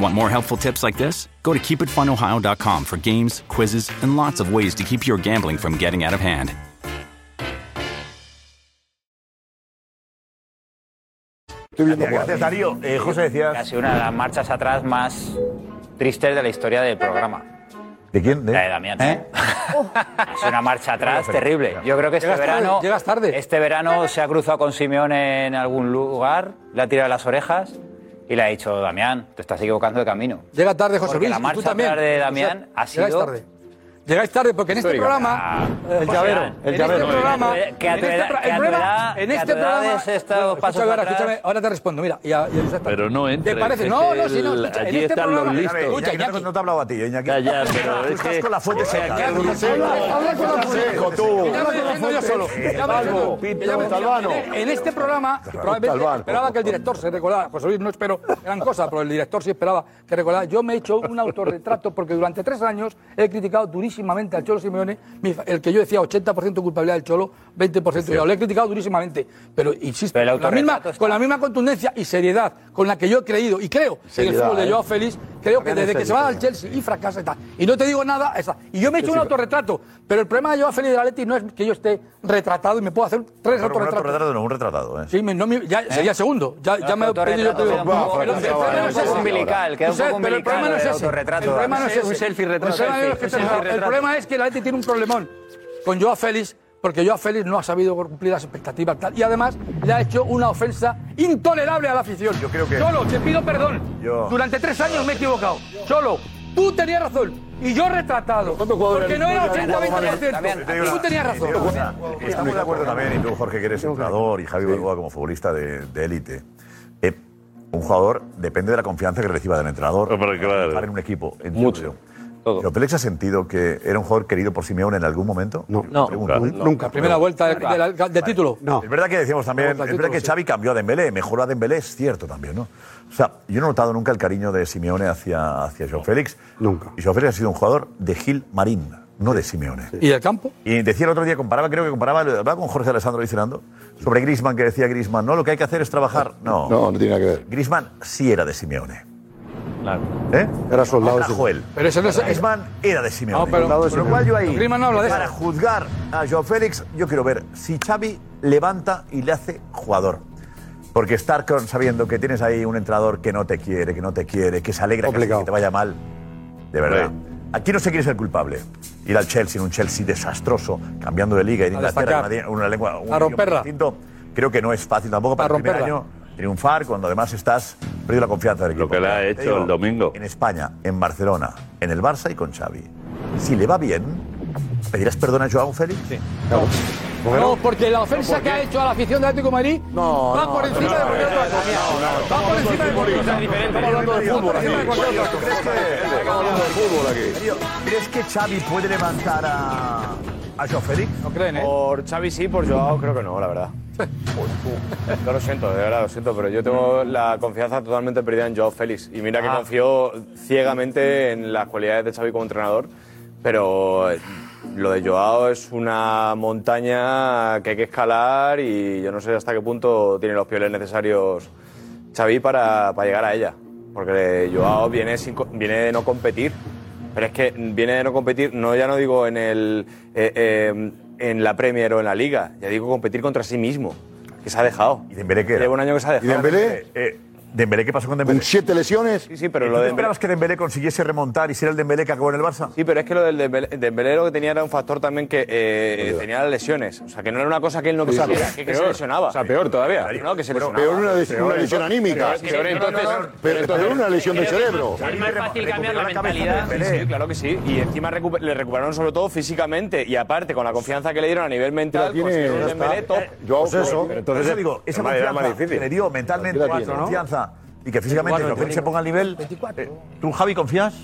S20: Want more helpful tips like this? Go to keepitfunohio.com for games, quizzes, and lots of ways to keep your gambling from getting out of hand.
S3: Gracias, Darío. Eh, José decías.
S9: Casi una de las marchas atrás más tristes de la historia del programa.
S3: ¿De ¿Eh? quién?
S9: La de Damián. Es una marcha atrás terrible. Yo creo que este
S14: Llegas tarde,
S9: verano.
S14: llegas
S9: Este verano se ha cruzado con Simeone en algún lugar, le ha tirado las orejas y le ha dicho, Damián, te estás equivocando de camino.
S14: Llega tarde, José
S9: Porque
S14: Luis.
S9: la
S14: y
S9: marcha
S14: tú también.
S9: atrás de Damián
S14: Josep,
S9: ha
S14: llegáis
S9: sido
S14: tarde. Llegáis tarde porque en este
S9: Histórico.
S14: programa.
S9: Ah, el llavero, el
S14: En este
S9: llavero.
S14: programa.
S9: Que a tu
S14: en este
S9: edad-
S14: pro-
S9: que a
S14: el
S9: tu
S14: problema-
S9: edad-
S14: En
S9: que a
S14: este
S9: tu edad
S14: programa.
S9: es estar
S14: Bueno,
S9: pasos
S14: escúchame,
S9: atrás.
S14: escúchame, ahora te respondo. Mira, ya, ya está.
S6: Pero no entres.
S14: ¿Te parece?
S6: es
S14: No,
S6: que
S14: no, sí, no.
S6: el-
S14: escucha, en
S6: Allí
S14: este
S6: están
S14: programa-
S6: los
S3: Escúchame,
S6: listos.
S3: Iñaki, no te- no te he hablado a ti, Iñaki.
S6: Ya, ya, pero
S3: Tú
S6: es
S3: estás
S6: que-
S3: con la fuente
S6: Iñaki,
S3: seca.
S6: habla-
S14: habla con la fuente.
S3: Seco, tú.
S14: Ya me defiendo yo solo. Ya me defiendo. Ya me- En este programa, probablemente
S3: Talbán.
S14: esperaba que el director se recordara. José Luis no esperó gran cosa, pero el director sí esperaba que recordara. Yo me he hecho un autorretrato porque durante tres años he criticado durísimamente al Cholo Simeone, mi- el que yo decía 80% culpabilidad del Cholo, 20% yo. Le he criticado durísimamente, pero insisto, con, la misma, con la misma contundencia y seriedad con la que yo he creído y creo en el
S11: Seriedad,
S14: fútbol de
S11: ¿eh?
S14: Joao Félix, creo que
S11: También
S14: desde
S11: es
S14: que se va al Chelsea y fracasa y tal. Y no te digo nada, está. y yo me he
S3: Sí,
S14: hecho un
S3: sí,
S14: autorretrato, pero el problema de Joao Félix de la Leti no es que yo esté retratado y me puedo hacer tres
S3: Pero Un
S14: autorretratos.
S3: retratado no, un retratado, ¿eh?
S14: Sí, me- no, me- ya sería segundo. Ya, ya me
S3: Autorretrato
S14: yo te digo,
S3: queda un poco-
S14: el- el
S3: queda un
S14: problema no es
S3: poco
S14: ese.
S3: umbilical, queda un
S14: Josep,
S3: poco
S14: pero
S3: umbilical
S14: el problema no es
S3: el
S14: ese.
S3: autorretrato.
S14: El problema no
S3: Un
S14: es
S3: selfie,
S14: ese.
S3: un selfie-retrato.
S14: El problema es que
S3: Un
S14: te-
S3: selfie-retrato.
S14: El problema es que la Leti tiene un problemón con Joao Félix. Porque Joao Félix no ha sabido cumplir las expectativas tal, y además le ha hecho una ofensa intolerable a la afición. Yo creo
S3: que-
S14: Solo te pido perdón.
S3: Yo-
S14: Durante tres años me he equivocado. Solo tú tenías razón y yo retratado. Porque no era 80-20%.
S3: Te digo
S14: Tú
S3: una-
S14: tenías
S3: te
S14: razón.
S3: digo una- Estamos de acuerdo también, y tú, Jorge, que eres entrenador, y Javi Balboa como futbolista de de élite. Eh, un jugador depende de la confianza que reciba del entrenador para estar en un equipo. Mucho. ¿Pero Félix ha sentido que era un jugador querido por Simeone en algún momento? No,
S14: Nunca, nunca. La primera vuelta del- del- del título.
S3: No. Es verdad que decíamos también, es
S14: Vamos al
S3: verdad que
S14: título, sí.
S3: Xavi cambió a Dembélé, mejoró a Dembélé, es cierto también, ¿no? O sea, yo no he notado nunca el cariño de Simeone hacia, hacia Joao Félix. Nunca. Y Joao Félix ha sido un jugador de Gil Marín, no de Simeone.
S14: ¿Y del campo?
S3: Y decía el otro día, comparaba, creo que comparaba, hablaba con Jorge Alessandro y Fernando, sobre Grisman, que decía Grisman, no, lo que hay que hacer es trabajar. No.
S10: No, no tiene nada que ver.
S3: Grisman sí era de Simeone. Claro. ¿Eh? Era
S10: soldado de
S3: Era Joel.
S10: Simeone.
S14: Pero ese no es-
S3: Griezmann era de Simeone.
S14: No, pero-
S3: Soldado de Con lo cual yo ahí,
S14: Griezmann no habla de
S3: para
S14: eso.
S3: juzgar a Joao Félix, yo quiero ver si Xavi levanta y le hace jugador. Porque estar con- sabiendo que tienes ahí un entrenador que no te quiere, que no te quiere, que se alegra casi que te vaya mal, de verdad. Aquí no sé quién es el culpable. Ir al Chelsea, en un Chelsea desastroso, cambiando de liga, ir a
S14: A
S3: Inglaterra, una,
S14: destacar.
S3: una lengua, un
S14: A
S3: idioma
S14: romperla.
S3: distinto, creo que no es fácil tampoco para
S14: A
S3: el primer
S14: romperla.
S3: año triunfar cuando además estás perdido la confianza del equipo. Lo que le ha
S6: hecho el domingo.
S3: En España, en Barcelona, en el Barça y con Xavi. Si le va bien, ¿pedirás perdón a Joao Félix? Sí.
S14: No, porque la ofensa que ha hecho a la afición del Atlético de Madrid va por encima de cualquier otra cosa. Va por encima de cualquier otra cosa. Estamos hablando de fútbol aquí.
S3: ¿Crees que Xavi puede levantar a, a Joao Félix?
S2: No creen, ¿eh? Por Xavi sí, por Joao creo que no, la
S3: [LAUGHS]
S2: verdad. Yo lo siento, de verdad lo siento, pero yo tengo la confianza totalmente perdida en Joao Félix. Y mira que
S3: Ah.
S2: confío ciegamente en las cualidades de Xavi como entrenador, pero eh, lo de Joao es una montaña que hay que escalar y yo no sé hasta qué punto tiene los pioles necesarios Xavi para, para llegar a ella. Porque Joao viene, sin co- viene de no competir. Pero es que viene de no competir, no ya no digo en, el, eh, eh, en la Premier o en la Liga, ya digo competir contra sí mismo, que se ha dejado. ¿Y
S3: Dembélé qué era?
S2: Lleva un año que se ha dejado.
S3: ¿Y Dembélé? Eh, ¿Dembélé qué pasó con Dembélé?
S10: siete lesiones?
S2: Sí, sí, pero
S3: ¿Y
S2: lo
S3: tú
S2: de
S3: esperabas que Dembélé consiguiese remontar y ser el Dembélé que acabó en el Barça?
S2: Sí, pero es que lo del Dembélé, Dembélé lo que tenía era un factor también que eh, tenía las lesiones. O sea, que no era una cosa que él no
S5: Sí, sí.
S2: quisiera,
S5: O sea,
S2: que, que se
S5: peor.
S2: lesionaba.
S5: O sea, peor todavía.
S2: No, que se
S5: Pero
S2: lesionaba.
S5: peor una lesión-
S10: una lesión anímica.
S5: Peor entonces-
S10: Pero entonces una lesión de cerebro.
S2: Es más fácil
S7: cambiar la mentalidad.
S2: Sí, sí, claro que sí. Y encima recu- le recuperaron sobre todo físicamente y aparte con la confianza que le dieron a nivel mental,
S3: tiene,
S2: considero
S3: ya
S2: un Dembélé
S3: está.
S2: top.
S3: Pues eso, pero eso digo, esa confianza que le dio mentalmente,
S2: Cualquiera tiene,
S3: la
S2: ¿no?
S3: confianza, y que físicamente
S13: Veinticuatro,
S3: Joao Félix se ponga al nivel. eh, ¿Tú, Javi, confías?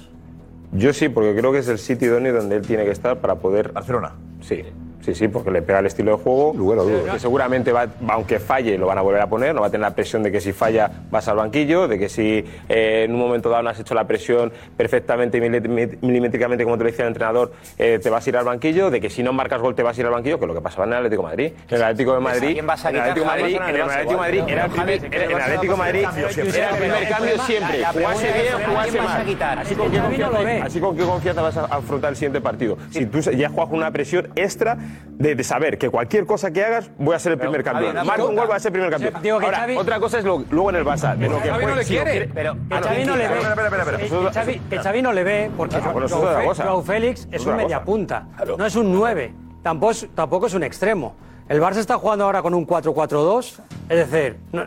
S13: Yo sí, porque creo que es el sitio idóneo donde él tiene que estar para poder.
S3: Barcelona.
S13: Sí, sí, sí, porque le pega el estilo de juego. que seguramente, va, aunque falle, lo van a volver a poner. No va a tener la presión de que si falla vas al banquillo, de que si eh, en un momento dado no has hecho la presión perfectamente y mili- milimétricamente, como te lo decía el entrenador, eh, te vas a ir al banquillo, de que si no marcas gol te vas a ir al banquillo, que es lo que pasaba en el Atlético de Madrid. En el Atlético de
S9: ¿A
S13: Madrid.
S9: quién vas Pues a
S13: en el
S9: quitar?
S13: Atlético de Madrid,
S9: Jamás
S13: en el
S9: van a
S13: Atlético de Madrid,
S9: igual.
S13: era el primer- era- en el Atlético de Madrid, era el primer cambio siempre.
S9: La pregunta
S13: Jugase
S9: es,
S13: bien,
S9: ¿a quién
S13: jugase
S9: vas a
S13: mal.
S9: quitar?
S13: Así con qué
S9: Xavi no lo ve.
S13: confianza- así con qué confianza vas a afrontar el siguiente partido. Si tú ya juegas con una presión extra de, de saber que cualquier cosa que hagas voy a ser el primer campeón.
S9: Javi, una
S13: Marco un
S9: pregunta.
S13: gol, voy a ser el primer campeón.
S9: Digo que
S13: Ahora,
S9: Xavi-
S13: otra cosa es lo- luego en el Barça. de lo que
S12: Xavi
S13: juegue,
S12: no le
S13: si lo
S12: quiere,
S13: quiere.
S12: Que
S13: Ah,
S12: Xavi no le ve.
S13: Espera, espera, espera,
S12: Que
S13: espera.
S12: Xavi- Que Xavi no le ve porque
S13: Ah, bueno, eso es
S12: Joao
S13: otra
S12: Fe-
S13: cosa.
S12: Joao Félix
S13: Eso
S12: es
S13: es
S12: un
S13: otra cosa.
S12: mediapunta, no es un 9, tampoco es, tampoco es un extremo. El Barça está jugando ahora con un 4-4-2, es decir, no-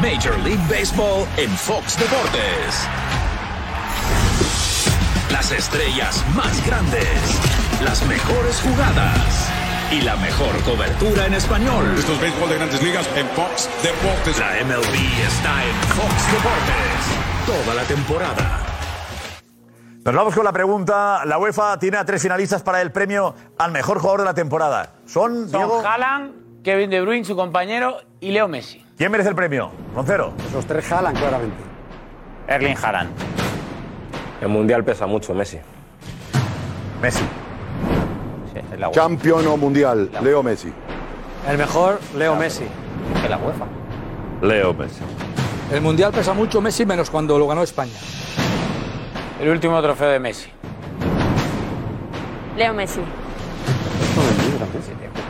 S21: Major League Baseball en Fox Deportes. Las estrellas más grandes, las mejores jugadas y la mejor cobertura en español. Esto es béisbol de grandes ligas en Fox Deportes. La MLB está en Fox Deportes toda la temporada.
S3: Nos vamos con la pregunta. La UEFA tiene a tres finalistas para el premio al mejor jugador de la temporada. Son, Diego,
S8: Son Haaland, Kevin De Bruyne, su compañero, y Leo Messi.
S3: ¿quién merece el premio? Roncero.
S8: Los tres Haaland, claramente.
S13: Erling Haaland. El mundial pesa mucho, Messi.
S3: Messi.
S10: Campeón o mundial, Leo Messi.
S12: El mejor, Leo Messi.
S8: la UEFA.
S6: Leo Messi.
S14: El Mundial pesa mucho Messi menos cuando lo ganó España.
S8: El último trofeo de Messi.
S1: Leo Messi.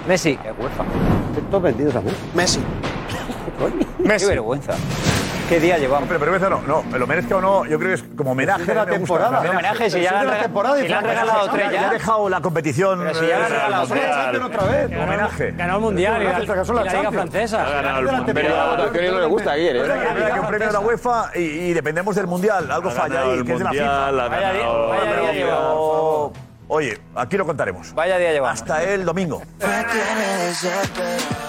S8: Messi.
S11: Esto vendido también.
S8: Messi.
S3: Messi.
S9: Qué vergüenza.
S3: ¿Qué día llevamos? Pero vergüenza no, no, me lo merezca o no, yo creo que es como homenaje.
S11: Es de la
S3: me gusta,
S11: temporada.
S3: como
S11: Homenaje, si ya le
S3: Es de
S11: han
S3: la
S11: rega-
S3: temporada y
S11: si le han
S3: Franco,
S11: regalado
S3: ya-
S11: tres
S3: Ya
S11: ya.
S3: ha dejado la competición.
S11: Pero si ya le han
S3: eh,
S11: regalado
S3: mundial.
S11: tres, Champions otra vez.
S3: Ganó- Homenaje.
S11: ganó el Mundial, y la- y la Liga Francesa. Ha ganado el Mundial.
S3: Pero
S11: La votación y no le gusta a Guille, ¿eh?
S3: Es verdad que- es verdad que un premio de la UEFA y, y dependemos del Mundial. Algo
S6: Ha
S3: falla
S6: ganado
S3: ahí,
S6: el
S3: que es de la
S6: Mundial,
S3: FIFA.
S6: ha Vaya ganado- día- vaya
S3: Pero-
S6: día llevamos.
S3: Oye, aquí lo contaremos.
S9: Vaya día llevamos.
S3: Hasta el domingo.
S22: Te quieres desesperar.